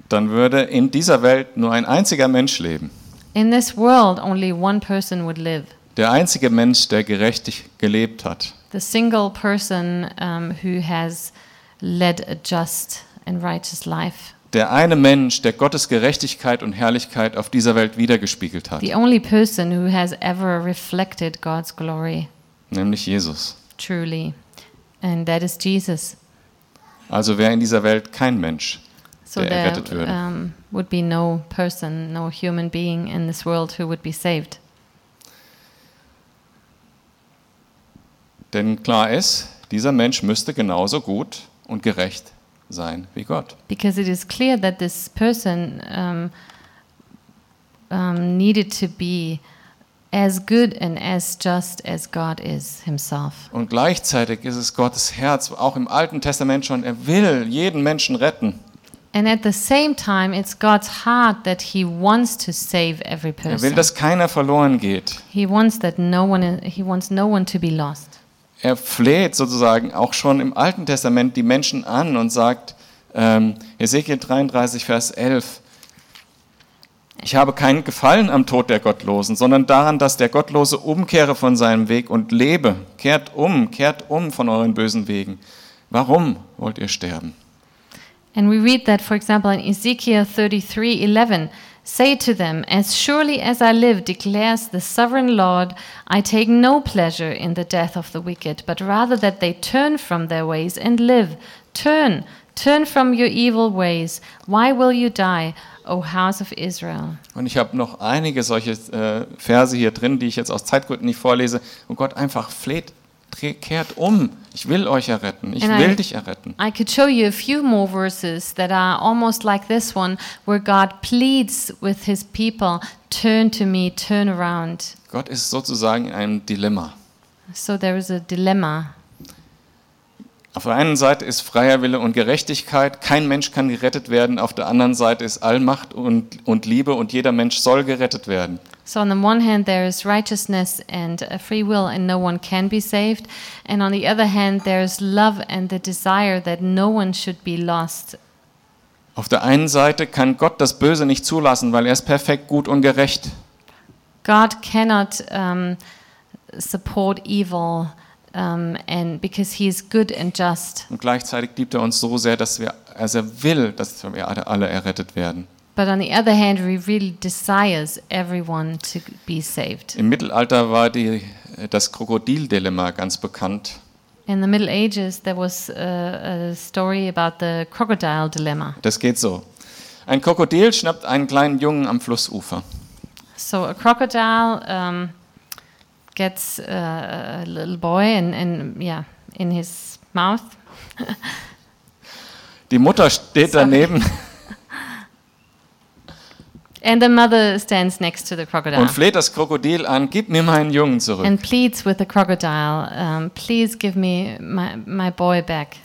[SPEAKER 1] Dann würde in dieser Welt nur ein einziger Mensch leben.
[SPEAKER 2] In this world, only one person would live.
[SPEAKER 1] Der einzige Mensch, der gerechtig gelebt hat.
[SPEAKER 2] The single person um, who has led a just and righteous life.
[SPEAKER 1] Der eine Mensch, der Gottes Gerechtigkeit und Herrlichkeit auf dieser Welt wiedergespiegelt hat.
[SPEAKER 2] The only person who has ever reflected God's glory
[SPEAKER 1] Nämlich Jesus.
[SPEAKER 2] truly. And that is Jesus.
[SPEAKER 1] Also wäre in dieser Welt kein Mensch.
[SPEAKER 2] So
[SPEAKER 1] der
[SPEAKER 2] there
[SPEAKER 1] errettet würde.
[SPEAKER 2] um, would be no person, no human being in this world who would be saved.
[SPEAKER 1] Denn klar ist, dieser Mensch müsste genauso gut und gerecht sein wie Gott.
[SPEAKER 2] Because it is clear that this person um, um, needed to be as good and as just as God is himself.
[SPEAKER 1] Und gleichzeitig ist es Gottes Herz, auch im Alten Testament schon, er will jeden Menschen retten.
[SPEAKER 2] And at the same time, it's God's heart that he wants to save every
[SPEAKER 1] Er will,
[SPEAKER 2] person.
[SPEAKER 1] dass keiner verloren geht.
[SPEAKER 2] He wants that no one he wants no one to be lost.
[SPEAKER 1] Er fleht sozusagen auch schon im Alten Testament die Menschen an und sagt, ähm, Hesekiel 33, Vers 11, ich habe keinen Gefallen am Tod der Gottlosen, sondern daran, dass der Gottlose umkehre von seinem Weg und lebe. Kehrt um, kehrt um von euren bösen Wegen. Warum wollt ihr sterben?
[SPEAKER 2] And we read that, for example, in Ezekiel 33 11, say to them, As surely as I live, declares the sovereign Lord, I take no pleasure in the death of the wicked, but rather that they turn from their ways and live. Turn, turn from your evil ways. Why will you die, O house of Israel?
[SPEAKER 1] Und ich habe noch einige solche äh, Verse hier drin, die ich jetzt aus Zeitgründen nicht vorlese. Und Gott einfach fleht, dreh- kehrt um. Ich will euch erretten. Ich
[SPEAKER 2] And
[SPEAKER 1] will
[SPEAKER 2] I-
[SPEAKER 1] dich erretten.
[SPEAKER 2] I could show you a few more verses that are almost like this one, where God pleads with his people, Turn to me, turn around.
[SPEAKER 1] Gott ist sozusagen in einem Dilemma.
[SPEAKER 2] So there is a dilemma.
[SPEAKER 1] Auf der einen Seite ist freier Wille und Gerechtigkeit. Kein Mensch kann gerettet werden. Auf der anderen Seite ist Allmacht und, und Liebe und jeder Mensch soll gerettet werden.
[SPEAKER 2] So, on the one hand, there is righteousness and a free will, and no one can be saved. And on the other hand, there is love and the desire that no one should be lost.
[SPEAKER 1] Auf der einen Seite kann Gott das Böse nicht zulassen, weil er ist perfekt, gut und gerecht.
[SPEAKER 2] God cannot um, support evil, um, and because He is good and just.
[SPEAKER 1] Und gleichzeitig liebt er uns so sehr, dass wir, also er will, dass wir alle errettet werden.
[SPEAKER 2] But on the other hand, He really desires everyone to be saved.
[SPEAKER 1] Im Mittelalter war die, das Krokodildilemma ganz bekannt.
[SPEAKER 2] In the Middle Ages, there was a, a story about the crocodile dilemma.
[SPEAKER 1] Das geht so. Ein Krokodil schnappt einen kleinen Jungen am Flussufer.
[SPEAKER 2] So a crocodile um, gets uh, a little boy and, and yeah in his mouth,
[SPEAKER 1] Die Mutter steht
[SPEAKER 2] Sorry.
[SPEAKER 1] daneben
[SPEAKER 2] and the mother stands next to the crocodile
[SPEAKER 1] und fleht das Krokodil an, gib mir meinen Jungen zurück.
[SPEAKER 2] and pleads with the crocodile, um, "Please give me my my boy back."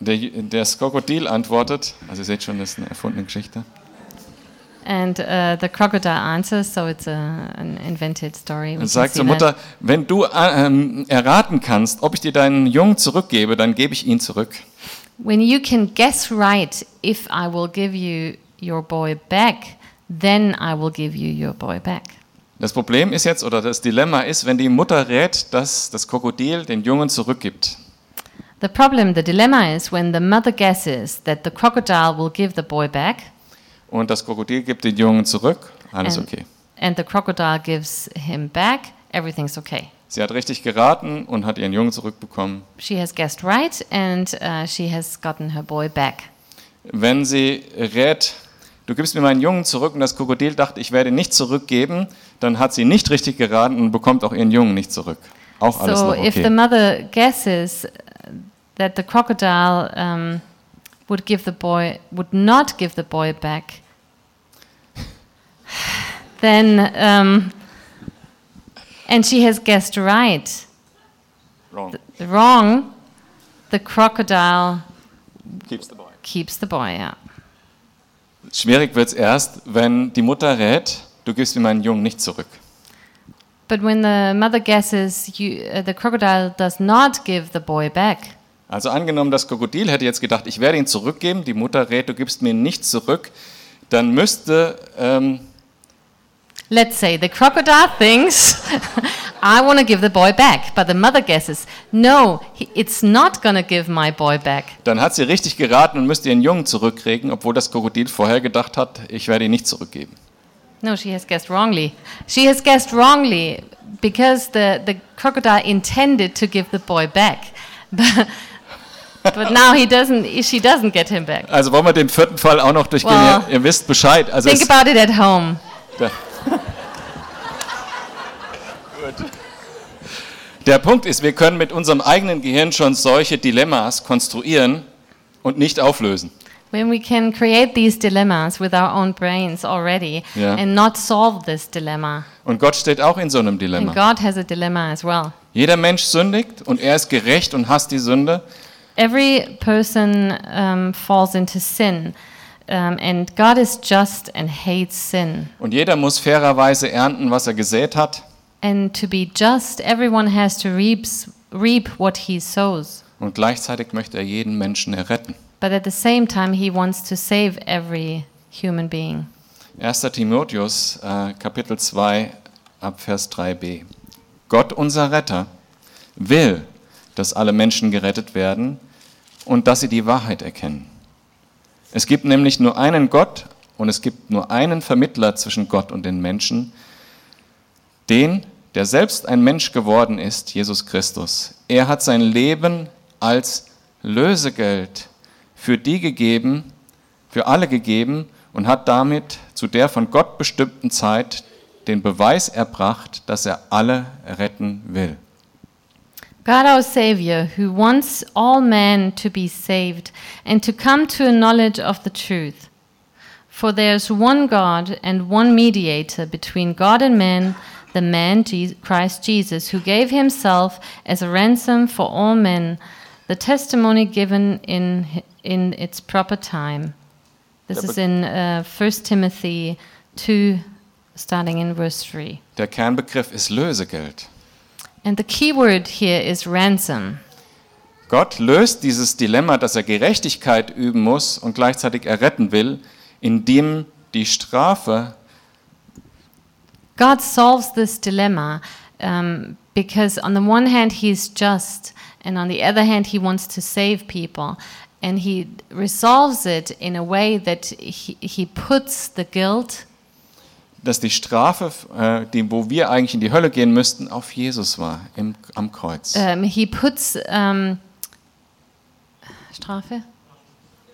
[SPEAKER 1] Der, das Krokodil antwortet, also ihr seht schon, das ist eine erfundene Geschichte.
[SPEAKER 2] And uh, the crocodile answers, so it's a, an invented story.
[SPEAKER 1] Und
[SPEAKER 2] we can
[SPEAKER 1] sagt
[SPEAKER 2] see
[SPEAKER 1] zur
[SPEAKER 2] that.
[SPEAKER 1] Mutter, wenn du äh, ähm, erraten kannst, ob ich dir deinen Jungen zurückgebe, dann gebe ich ihn zurück.
[SPEAKER 2] When you can guess right if I will give you your boy back, then I will give you your boy back.
[SPEAKER 1] Das Problem ist jetzt, oder das Dilemma ist, wenn die Mutter rät, dass das Krokodil den Jungen zurückgibt.
[SPEAKER 2] The problem, the dilemma is when the mother guesses that the crocodile will give the boy back,
[SPEAKER 1] Und das Krokodil gibt den Jungen zurück. Alles
[SPEAKER 2] and,
[SPEAKER 1] okay.
[SPEAKER 2] and the crocodile gives him back, everything's okay.
[SPEAKER 1] Sie hat richtig geraten und hat ihren Jungen zurückbekommen.
[SPEAKER 2] She has guessed right and uh, she has gotten her boy back.
[SPEAKER 1] Wenn sie rät, du gibst mir meinen Jungen zurück und das Krokodil dachte, ich werde ihn nicht zurückgeben, dann hat sie nicht richtig geraten und bekommt auch ihren Jungen nicht zurück. Auch alles
[SPEAKER 2] so
[SPEAKER 1] noch
[SPEAKER 2] if the
[SPEAKER 1] okay.
[SPEAKER 2] mother guesses uh, that the crocodile um, would give the boy would not give the boy back, then um, and she has guessed right.
[SPEAKER 1] Wrong.
[SPEAKER 2] wrong, the crocodile
[SPEAKER 1] Keeps the boy.
[SPEAKER 2] keeps the boy out.
[SPEAKER 1] Schwierig wird es erst, wenn die Mutter rät, du gibst mir meinen Jungen nicht zurück.
[SPEAKER 2] But when the mother guesses, you, uh, the crocodile does not give the boy back.
[SPEAKER 1] Also angenommen, das Krokodil hätte jetzt gedacht, ich werde ihn zurückgeben, die Mutter rät, du gibst mir ihn nicht zurück, dann müsste ähm,
[SPEAKER 2] Let's say the crocodile thinks, I want to give the boy back. But the mother guesses, no, he, it's not going to give my boy back.
[SPEAKER 1] Dann hat sie richtig geraten und müsste ihren Jungen zurückkriegen, obwohl das Krokodil vorher gedacht hat, ich werde ihn nicht zurückgeben.
[SPEAKER 2] No, she has guessed wrongly. She has guessed wrongly because the, the crocodile intended to give the boy back. But, But now he doesn't. She doesn't get him back.
[SPEAKER 1] Also wollen wir den vierten Fall auch noch durchgehen.
[SPEAKER 2] Wow.
[SPEAKER 1] Ihr, ihr wisst Bescheid. Also
[SPEAKER 2] Think
[SPEAKER 1] es-
[SPEAKER 2] about it at home.
[SPEAKER 1] Da. Der Punkt ist, wir können mit unserem eigenen Gehirn schon solche Dilemmas konstruieren und nicht auflösen.
[SPEAKER 2] When we can create these dilemmas with our own brains already
[SPEAKER 1] Yeah.
[SPEAKER 2] and not solve this dilemma.
[SPEAKER 1] Und Gott steht auch in so einem
[SPEAKER 2] And
[SPEAKER 1] Dilemma.
[SPEAKER 2] God has a dilemma as well.
[SPEAKER 1] Jeder Mensch sündigt und er ist gerecht und hasst die Sünde.
[SPEAKER 2] Every person um, falls into sin, um, and God is just and hates sin.
[SPEAKER 1] Und jeder muss fairerweise ernten, was er gesät hat.
[SPEAKER 2] And to be just, everyone has to reaps, reap what he sows.
[SPEAKER 1] Und gleichzeitig möchte er jeden Menschen erretten.
[SPEAKER 2] But at the same time, he wants to save every human being.
[SPEAKER 1] 1. Timotheus, äh, Kapitel 2, ab Vers 3b. Gott, unser Retter, will, dass alle Menschen gerettet werden und dass sie die Wahrheit erkennen. Es gibt nämlich nur einen Gott und es gibt nur einen Vermittler zwischen Gott und den Menschen, den, der selbst ein Mensch geworden ist, Jesus Christus. Er hat sein Leben als Lösegeld für die gegeben, für alle gegeben und hat damit zu der von Gott bestimmten Zeit den Beweis erbracht, dass er alle retten will.
[SPEAKER 2] God, our Savior, who wants all men to be saved and to come to a knowledge of the truth. For there is one God and one mediator between God and man, the man Je- Christ Jesus, who gave himself as a ransom for all men, the testimony given in, hi- in its proper time. This
[SPEAKER 1] Yeah,
[SPEAKER 2] is
[SPEAKER 1] but-
[SPEAKER 2] in uh, 1 Timothy 2, starting in verse 3.
[SPEAKER 1] Der Kernbegriff ist Lösegeld.
[SPEAKER 2] And the key word here is ransom.
[SPEAKER 1] Gott löst dieses Dilemma, dass er Gerechtigkeit üben muss und gleichzeitig erretten will, indem die Strafe
[SPEAKER 2] God solves this dilemma um, because, on the one hand, He is just, and on the other hand, He wants to save people. And He resolves it in a way that He, he puts the guilt,
[SPEAKER 1] dass die Strafe, äh, die, wo wir eigentlich in die Hölle gehen müssten, auf Jesus war im, am Kreuz.
[SPEAKER 2] um, He puts um, Strafe?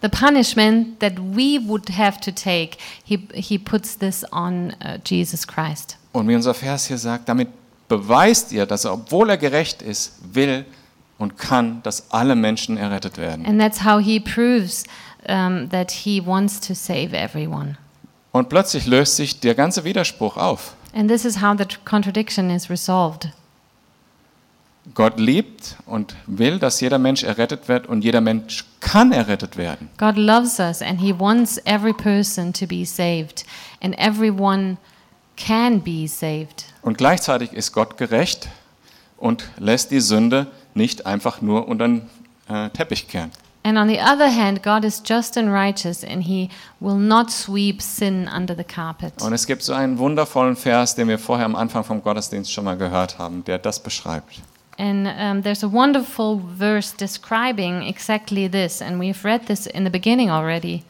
[SPEAKER 2] The punishment that we would have to take, he, he puts this on uh, Jesus Christ.
[SPEAKER 1] Und wie unser Vers hier sagt, damit beweist ihr, dass er, obwohl er gerecht ist, will und kann, dass alle Menschen errettet werden.
[SPEAKER 2] And that's how he proves um, that he wants to save everyone.
[SPEAKER 1] Und plötzlich löst sich der ganze Widerspruch auf.
[SPEAKER 2] And this is how the tr- contradiction is resolved.
[SPEAKER 1] Gott liebt und will, dass jeder Mensch errettet wird und jeder Mensch kann errettet werden.
[SPEAKER 2] God loves us and He wants every person to be saved, and everyone can be saved.
[SPEAKER 1] Und gleichzeitig ist Gott gerecht und lässt die Sünde nicht einfach nur unter den äh, Teppich kehren.
[SPEAKER 2] And on the other hand, God is just and righteous, and He will not sweep sin under the carpet.
[SPEAKER 1] Und es gibt so einen wundervollen Vers, den wir vorher am Anfang vom Gottesdienst schon mal gehört haben, der das beschreibt.
[SPEAKER 2] And um, there's a wonderful verse describing exactly this, and we've read this in the beginning already.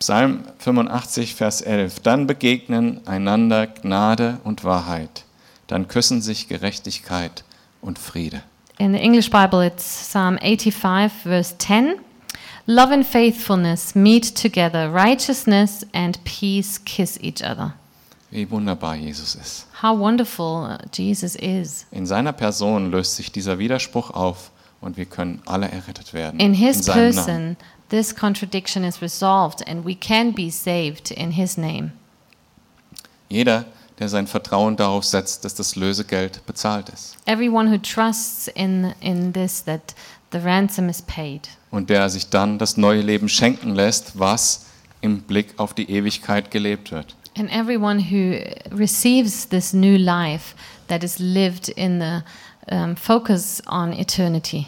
[SPEAKER 1] Psalm 85, Vers 11. Dann begegnen einander Gnade und Wahrheit. Dann küssen sich Gerechtigkeit und Friede.
[SPEAKER 2] In the English Bible, it's Psalm 85, verse 10. Love and faithfulness meet together, righteousness and peace kiss each other.
[SPEAKER 1] Wie wunderbar Jesus ist.
[SPEAKER 2] How wonderful uh, Jesus is.
[SPEAKER 1] In seiner Person löst sich dieser Widerspruch auf und wir können alle errettet werden.
[SPEAKER 2] In his
[SPEAKER 1] seinem Namen.
[SPEAKER 2] person, this contradiction is resolved and we can be saved in his name.
[SPEAKER 1] Jeder, der sein Vertrauen darauf setzt, dass das Lösegeld bezahlt ist
[SPEAKER 2] Everyone who trusts in, in this, that the ransom is paid.
[SPEAKER 1] und der sich dann das neue Leben schenken lässt, was im Blick auf die Ewigkeit gelebt wird.
[SPEAKER 2] And everyone who receives this new life that is lived in the um, focus on eternity.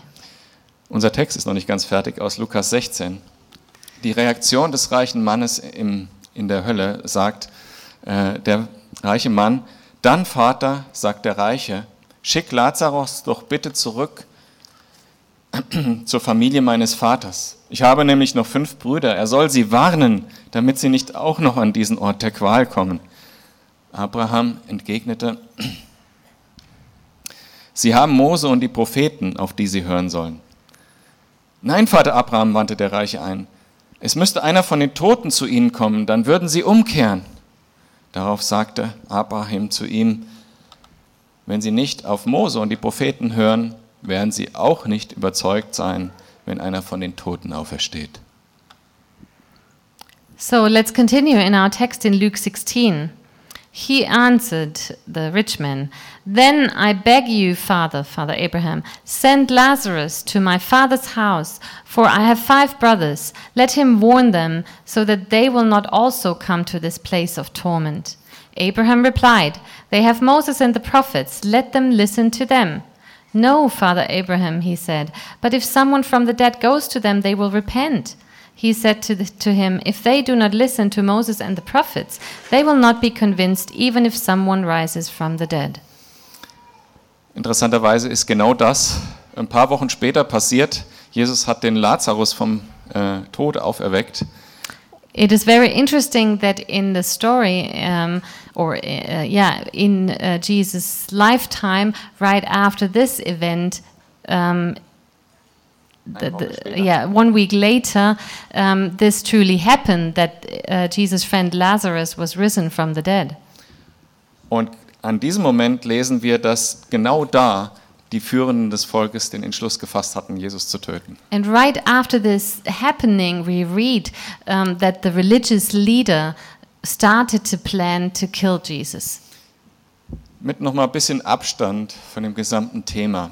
[SPEAKER 1] Unser Text ist noch nicht ganz fertig aus Lukas 16. Die Reaktion des reichen Mannes im, in der Hölle sagt äh, der reiche Mann, dann Vater, sagt der Reiche, schick Lazarus doch bitte zurück zur Familie meines Vaters. Ich habe nämlich noch fünf Brüder. Er soll sie warnen, damit sie nicht auch noch an diesen Ort der Qual kommen. Abraham entgegnete, Sie haben Mose und die Propheten, auf die sie hören sollen. Nein, Vater Abraham, wandte der Reiche ein, es müsste einer von den Toten zu ihnen kommen, dann würden sie umkehren. Darauf sagte Abraham zu ihm, wenn sie nicht auf Mose und die Propheten hören, werden sie auch nicht überzeugt sein, wenn einer von den Toten aufersteht.
[SPEAKER 2] So let's continue in our text in Luke 16. He answered the rich man, Then I beg you, Father, Father Abraham, send Lazarus to my father's house, for I have five brothers. Let him warn them, so that they will not also come to this place of torment. Abraham replied, They have Moses and the prophets. Let them listen to them. No, Father Abraham, he said, but if someone from the dead goes to them, they will repent. He said to, the, to him, If they do not listen to Moses and the prophets, they will not be convinced, even if someone rises from the dead.
[SPEAKER 1] Interessanterweise ist genau das ein paar Wochen später passiert. Jesus hat den Lazarus vom äh, Tod auferweckt.
[SPEAKER 2] It is very interesting that in the story, um, or uh, yeah, in uh, Jesus' lifetime, right after this event, um, the, the, yeah, one week later, um, this truly happened that uh, Jesus' friend Lazarus was risen from the dead.
[SPEAKER 1] Und an diesem Moment lesen wir, dass genau da die Führenden des Volkes den Entschluss gefasst hatten, Jesus zu töten.
[SPEAKER 2] And right after this happening, we read um, that the religious leader started to plan to kill Jesus.
[SPEAKER 1] Mit nochmal ein bisschen Abstand von dem gesamten Thema.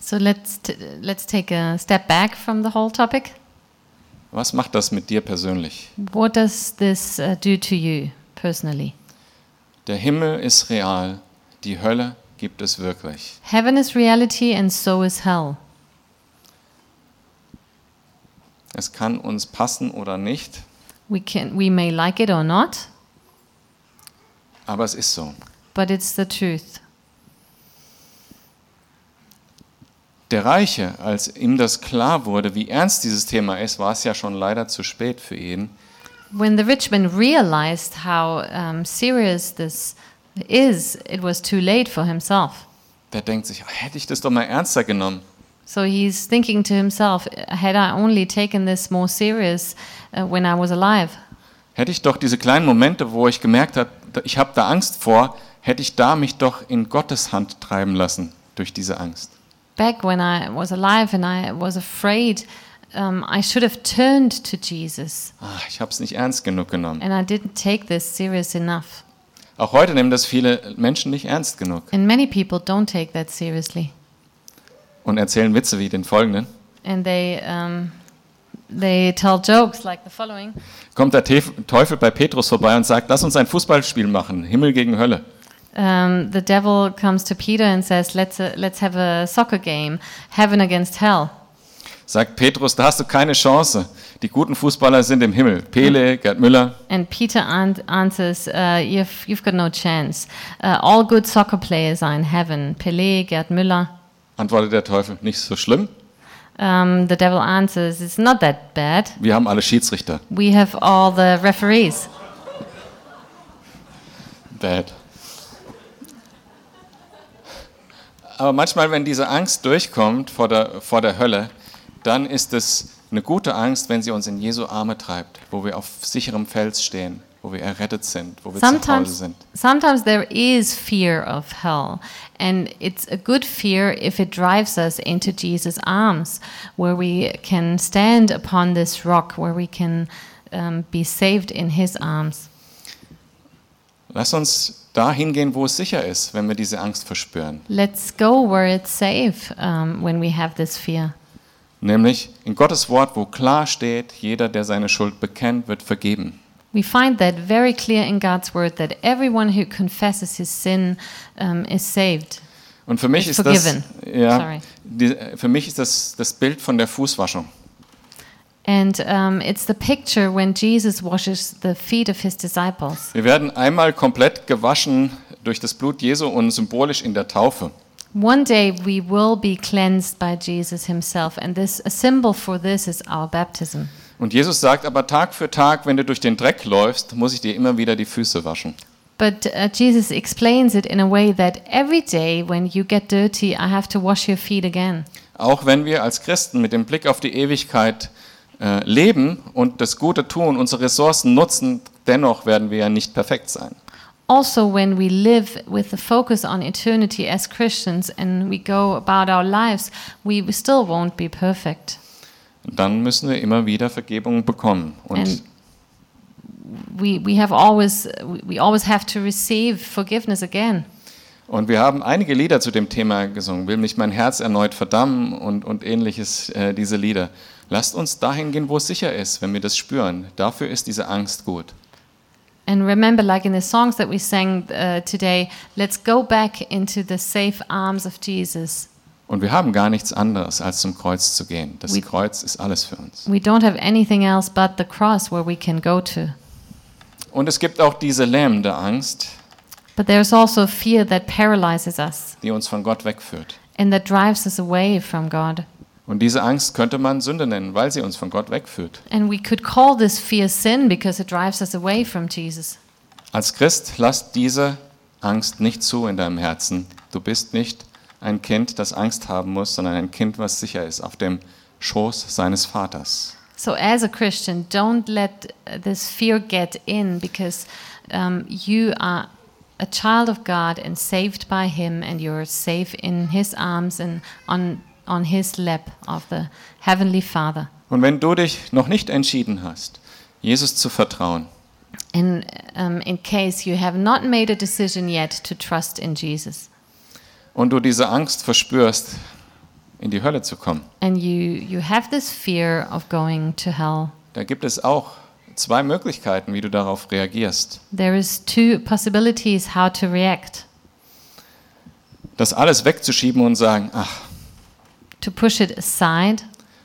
[SPEAKER 2] So let's t let's take a step back from the whole topic.
[SPEAKER 1] Was macht das mit dir persönlich?
[SPEAKER 2] What does this uh, do to you personally?
[SPEAKER 1] Der Himmel ist real, die Hölle gibt es wirklich.
[SPEAKER 2] Heaven is reality and so is hell.
[SPEAKER 1] Es kann uns passen oder nicht,
[SPEAKER 2] We can we may like it or not,
[SPEAKER 1] aber es ist so.
[SPEAKER 2] but it's the truth.
[SPEAKER 1] Der Reiche, als ihm das klar wurde, wie ernst dieses Thema ist, war es ja schon leider zu spät für ihn.
[SPEAKER 2] When the rich man realized how um, serious this is, it was too late for himself.
[SPEAKER 1] Der denkt sich, hätte ich das doch mal ernster genommen.
[SPEAKER 2] So he's thinking to himself, had I only taken this more serious uh, when I was alive?
[SPEAKER 1] Hätte ich doch diese kleinen Momente, wo ich gemerkt habe, ich habe da Angst vor, hätte ich da mich doch in Gottes Hand treiben lassen durch diese Angst.
[SPEAKER 2] Back when I was alive and I was afraid, um, I should have turned to Jesus
[SPEAKER 1] Ah, ich habe es nicht ernst genug genommen.
[SPEAKER 2] and I didn't take this serious enough.
[SPEAKER 1] Auch heute nehmen das viele Menschen nicht ernst genug
[SPEAKER 2] And many people don't take that seriously.
[SPEAKER 1] und erzählen Witze wie den folgenden.
[SPEAKER 2] And they, um, they tell jokes like the following.
[SPEAKER 1] Kommt der Tef- Teufel bei Petrus vorbei und sagt, lass uns ein Fußballspiel machen, Himmel gegen Hölle.
[SPEAKER 2] um, the devil comes to Peter and says, "Let's uh, let's have a soccer game, heaven against hell."
[SPEAKER 1] Sagt Petrus, da hast du keine Chance. Die guten Fußballer sind im Himmel. Pele, Gerd Müller.
[SPEAKER 2] And Peter an- answers, uh, "You've you've got no chance. Uh, all good soccer players are in heaven. Pelé, Gerd Müller."
[SPEAKER 1] Antwortet der Teufel, nicht so schlimm.
[SPEAKER 2] Um, the devil answers, "It's not that bad.
[SPEAKER 1] Wir haben alle Schiedsrichter.
[SPEAKER 2] We have all the referees."
[SPEAKER 1] Bad. Aber manchmal, wenn diese Angst durchkommt vor der, vor der Hölle, dann ist es eine gute Angst, wenn sie uns in Jesu Arme treibt, wo wir auf sicherem Fels stehen, wo wir errettet sind, wo wir zu Hause
[SPEAKER 2] Sometimes,
[SPEAKER 1] sind.
[SPEAKER 2] sometimes there is fear of hell, and it's a good fear if it drives us into Jesus' arms, where we can stand upon this rock, where we can um, be saved in His arms.
[SPEAKER 1] Lass uns da hingehen, wo es sicher ist, wenn wir diese Angst verspüren.
[SPEAKER 2] Let's go where it's safe um, when we have this fear.
[SPEAKER 1] Nämlich in Gottes Wort, wo klar steht, jeder, der seine Schuld bekennt, wird vergeben.
[SPEAKER 2] We find that very clear in God's word that everyone who confesses his sin um, is saved.
[SPEAKER 1] Und für mich
[SPEAKER 2] Is
[SPEAKER 1] ist das,
[SPEAKER 2] forgiven.
[SPEAKER 1] ja,
[SPEAKER 2] Sorry.
[SPEAKER 1] die, für mich ist das das Bild von der Fußwaschung.
[SPEAKER 2] And um, it's the picture when Jesus washes the feet of his disciples.
[SPEAKER 1] Wir werden einmal komplett gewaschen durch das Blut Jesu und symbolisch in der Taufe.
[SPEAKER 2] One day we will be cleansed by Jesus himself and this a symbol for this is our baptism.
[SPEAKER 1] Und Jesus sagt aber Tag für Tag, wenn du durch den Dreck läufst, muss ich dir immer wieder die Füße waschen.
[SPEAKER 2] But uh, Jesus explains it in a way that every day when you get dirty I have to wash your feet again.
[SPEAKER 1] auch wenn wir als Christen mit dem Blick auf die Ewigkeit äh, leben und das Gute tun, unsere Ressourcen nutzen, dennoch werden wir ja nicht perfekt sein.
[SPEAKER 2] Also, when we live with the focus on eternity as Christians and we go about our lives, we still won't be perfect.
[SPEAKER 1] Dann müssen wir immer wieder Vergebung bekommen und
[SPEAKER 2] And we, we have always we always have to receive forgiveness again.
[SPEAKER 1] Und wir haben einige Lieder zu dem Thema gesungen. Will nicht mein Herz erneut verdammen und, und ähnliches, äh, diese Lieder. Lasst uns dahin gehen, wo es sicher ist, wenn wir das spüren. Dafür ist diese Angst gut.
[SPEAKER 2] And remember, like in the songs that we sang uh, today, let's go back into the safe arms of Jesus.
[SPEAKER 1] Und wir haben gar nichts anderes, als zum Kreuz zu gehen. Das
[SPEAKER 2] We-
[SPEAKER 1] Kreuz ist alles für uns.
[SPEAKER 2] We don't have anything else but the cross where we can go to.
[SPEAKER 1] Und es gibt auch diese lähmende Angst,
[SPEAKER 2] But there's also fear that paralyzes us
[SPEAKER 1] die uns von Gott wegführt.
[SPEAKER 2] and that drives us away from God.
[SPEAKER 1] Und diese Angst könnte man Sünde nennen, weil sie uns von Gott wegführt.
[SPEAKER 2] And we could call this fear sin because it drives us away from Jesus.
[SPEAKER 1] Als Christ lass diese Angst nicht zu in deinem Herzen. Du bist nicht ein Kind, das Angst haben muss, sondern ein Kind, was sicher ist auf dem Schoß seines Vaters.
[SPEAKER 2] So, as a Christian, don't let uh, this fear get in because um, you are a child of God and saved by Him, and you're safe in His arms and on, on His lap of the Heavenly Father.
[SPEAKER 1] Und wenn du dich noch nicht entschieden hast, Jesus zu vertrauen,
[SPEAKER 2] And um, in case you have not made a decision yet to trust in Jesus
[SPEAKER 1] und du diese Angst verspürst, in die Hölle zu kommen,
[SPEAKER 2] and you, you have this fear of going to hell,
[SPEAKER 1] da gibt es auch zwei Möglichkeiten, wie du darauf reagierst.
[SPEAKER 2] there is two possibilities how to react
[SPEAKER 1] Das alles wegzuschieben und sagen, ach,
[SPEAKER 2] to push it aside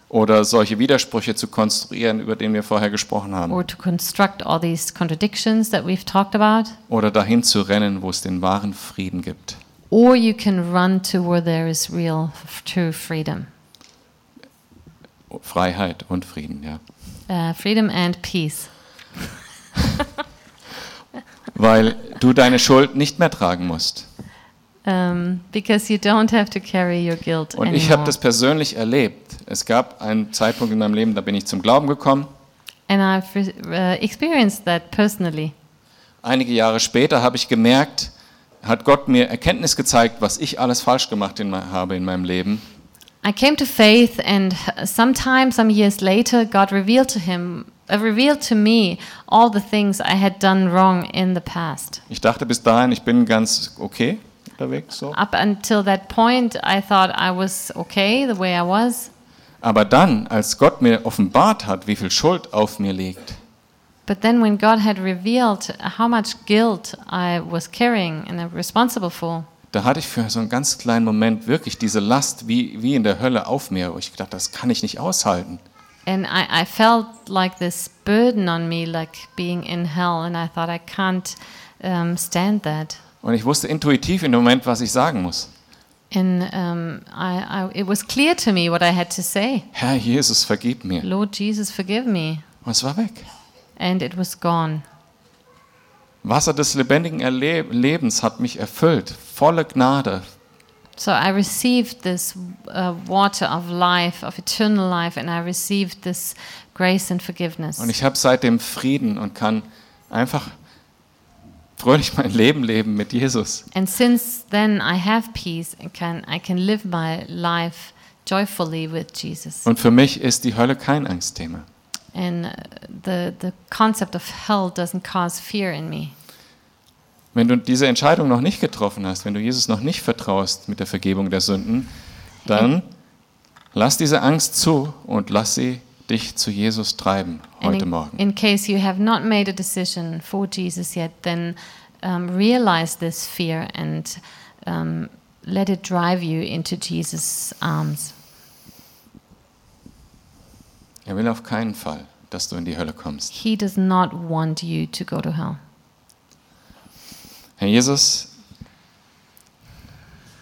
[SPEAKER 1] oder solche Widersprüche zu konstruieren, über den wir vorher gesprochen haben.
[SPEAKER 2] or to construct all these contradictions that we've talked about,
[SPEAKER 1] oder dahin zu rennen, wo es den wahren Frieden gibt.
[SPEAKER 2] or you can run to where there is real, f- true freedom,
[SPEAKER 1] Freiheit und Frieden, ja.
[SPEAKER 2] uh, freedom and peace,
[SPEAKER 1] Weil du deine Schuld nicht mehr tragen musst.
[SPEAKER 2] um, because you don't have to carry your guilt
[SPEAKER 1] Und ich habe
[SPEAKER 2] anymore.
[SPEAKER 1] das persönlich erlebt. Es gab einen Zeitpunkt in meinem Leben, da bin ich zum Glauben gekommen.
[SPEAKER 2] And I've re- uh, experienced that personally.
[SPEAKER 1] Einige Jahre später habe ich gemerkt, hat Gott mir Erkenntnis gezeigt, was ich alles falsch gemacht in, me- habe in meinem Leben.
[SPEAKER 2] I came to faith, and uh, sometime, some years later, God revealed to him, uh, revealed to me all the things I had done wrong in the past.
[SPEAKER 1] Ich dachte bis dahin, ich bin ganz okay unterwegs. So.
[SPEAKER 2] Up until that point, I thought I was okay the way I was.
[SPEAKER 1] Aber dann, als Gott mir offenbart hat, wie viel Schuld auf mir liegt,
[SPEAKER 2] But then, when God had revealed how much guilt I was carrying and I'm responsible for,
[SPEAKER 1] Da hatte ich für so einen ganz kleinen Moment wirklich diese Last wie, wie in der Hölle auf mir. Ich dachte, das kann ich nicht aushalten.
[SPEAKER 2] and I, I felt like this burden on me, like being in hell, and I thought I can't um, stand that.
[SPEAKER 1] Und ich wusste intuitiv in dem Moment, was ich sagen muss.
[SPEAKER 2] And um, I, I, it was clear to me what I had to say.
[SPEAKER 1] Herr Jesus, vergib mir.
[SPEAKER 2] Lord Jesus, forgive me.
[SPEAKER 1] Und es war weg.
[SPEAKER 2] And it was gone.
[SPEAKER 1] Wasser des lebendigen Erle Lebens hat mich erfüllt. Volle Gnade.
[SPEAKER 2] So I received this uh, water of life, of eternal life, and I received this grace and forgiveness.
[SPEAKER 1] Und ich habe seitdem Frieden und kann einfach fröhlich mein Leben leben mit Jesus.
[SPEAKER 2] And since then, I have peace and can I can live my life joyfully with Jesus.
[SPEAKER 1] Und für mich ist die Hölle kein Angstthema.
[SPEAKER 2] And uh, the the concept of hell doesn't cause fear in me.
[SPEAKER 1] Wenn du diese Entscheidung noch nicht getroffen hast, wenn du Jesus noch nicht vertraust mit der Vergebung der Sünden, dann lass diese Angst zu und lass sie dich zu Jesus treiben
[SPEAKER 2] And
[SPEAKER 1] heute
[SPEAKER 2] in,
[SPEAKER 1] Morgen.
[SPEAKER 2] in case you have not made a decision for Jesus yet, then um, realize this fear and um, let it drive you into Jesus' arms.
[SPEAKER 1] Er will auf keinen Fall, dass du in die Hölle kommst.
[SPEAKER 2] He does not want you to go to hell.
[SPEAKER 1] Herr Jesus,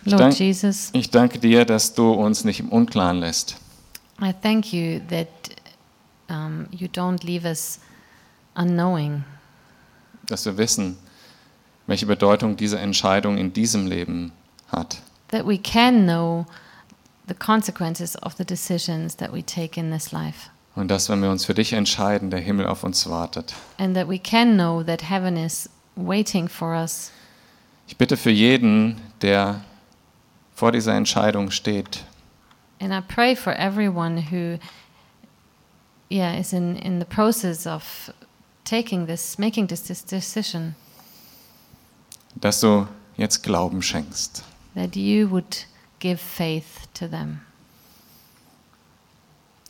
[SPEAKER 2] Lord
[SPEAKER 1] Dank-
[SPEAKER 2] Jesus,
[SPEAKER 1] ich danke dir, dass du uns nicht im Unklaren lässt,
[SPEAKER 2] I thank you that um, you don't leave us unknowing.
[SPEAKER 1] dass wir wissen, welche Bedeutung diese Entscheidung in diesem Leben hat.
[SPEAKER 2] that we can know the consequences of the decisions that we take in this life.
[SPEAKER 1] Und dass, wenn wir uns für dich entscheiden, der Himmel auf uns wartet.
[SPEAKER 2] And that we can know that heaven is waiting for us.
[SPEAKER 1] Ich bitte für jeden, der vor dieser Entscheidung steht,
[SPEAKER 2] And I pray for everyone who yeah, is in, in the process of taking this, making this, this decision,
[SPEAKER 1] dass du jetzt Glauben schenkst.
[SPEAKER 2] that you would give faith to them.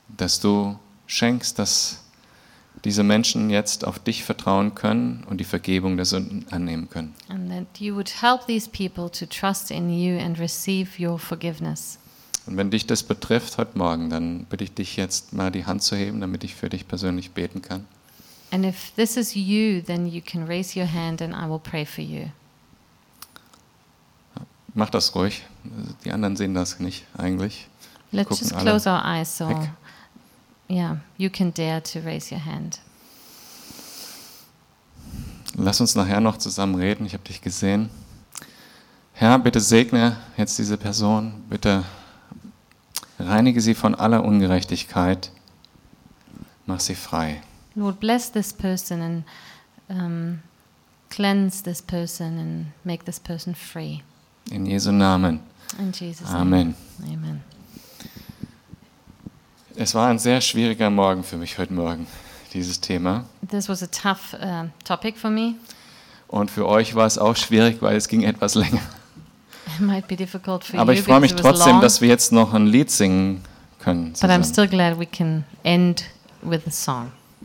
[SPEAKER 1] Dass du schenkst, dass diese Menschen jetzt auf dich vertrauen können und die Vergebung der Sünden annehmen können.
[SPEAKER 2] And that you would help these people to trust in you and receive your forgiveness.
[SPEAKER 1] Und wenn dich das betrifft heute Morgen, dann bitte ich dich jetzt mal die Hand zu heben, damit ich für dich persönlich beten kann.
[SPEAKER 2] And if this is you, then you can raise your hand and I will pray for you.
[SPEAKER 1] Mach das ruhig. Die anderen sehen das nicht eigentlich.
[SPEAKER 2] Let's
[SPEAKER 1] Gucken
[SPEAKER 2] just
[SPEAKER 1] alle
[SPEAKER 2] close our eyes so
[SPEAKER 1] weg.
[SPEAKER 2] yeah, you can dare to raise your hand.
[SPEAKER 1] Lass uns nachher noch zusammen reden. Ich habe dich gesehen. Herr, bitte segne jetzt diese Person. Bitte reinige sie von aller Ungerechtigkeit. Mach sie frei.
[SPEAKER 2] Lord, bless this person and um, cleanse this person and make this person free.
[SPEAKER 1] In Jesu Namen.
[SPEAKER 2] In Jesus'
[SPEAKER 1] Amen.
[SPEAKER 2] name. Amen.
[SPEAKER 1] Es war ein sehr schwieriger Morgen für mich heute Morgen, dieses Thema.
[SPEAKER 2] This was a tough uh, topic for me.
[SPEAKER 1] Und für euch war es auch schwierig, weil es ging etwas länger.
[SPEAKER 2] It might be difficult for
[SPEAKER 1] Aber
[SPEAKER 2] you
[SPEAKER 1] ich freue mich
[SPEAKER 2] because it was long,
[SPEAKER 1] trotzdem, dass wir jetzt noch ein Lied singen können.
[SPEAKER 2] but I'm
[SPEAKER 1] Zusammen.
[SPEAKER 2] still glad we can end with a song.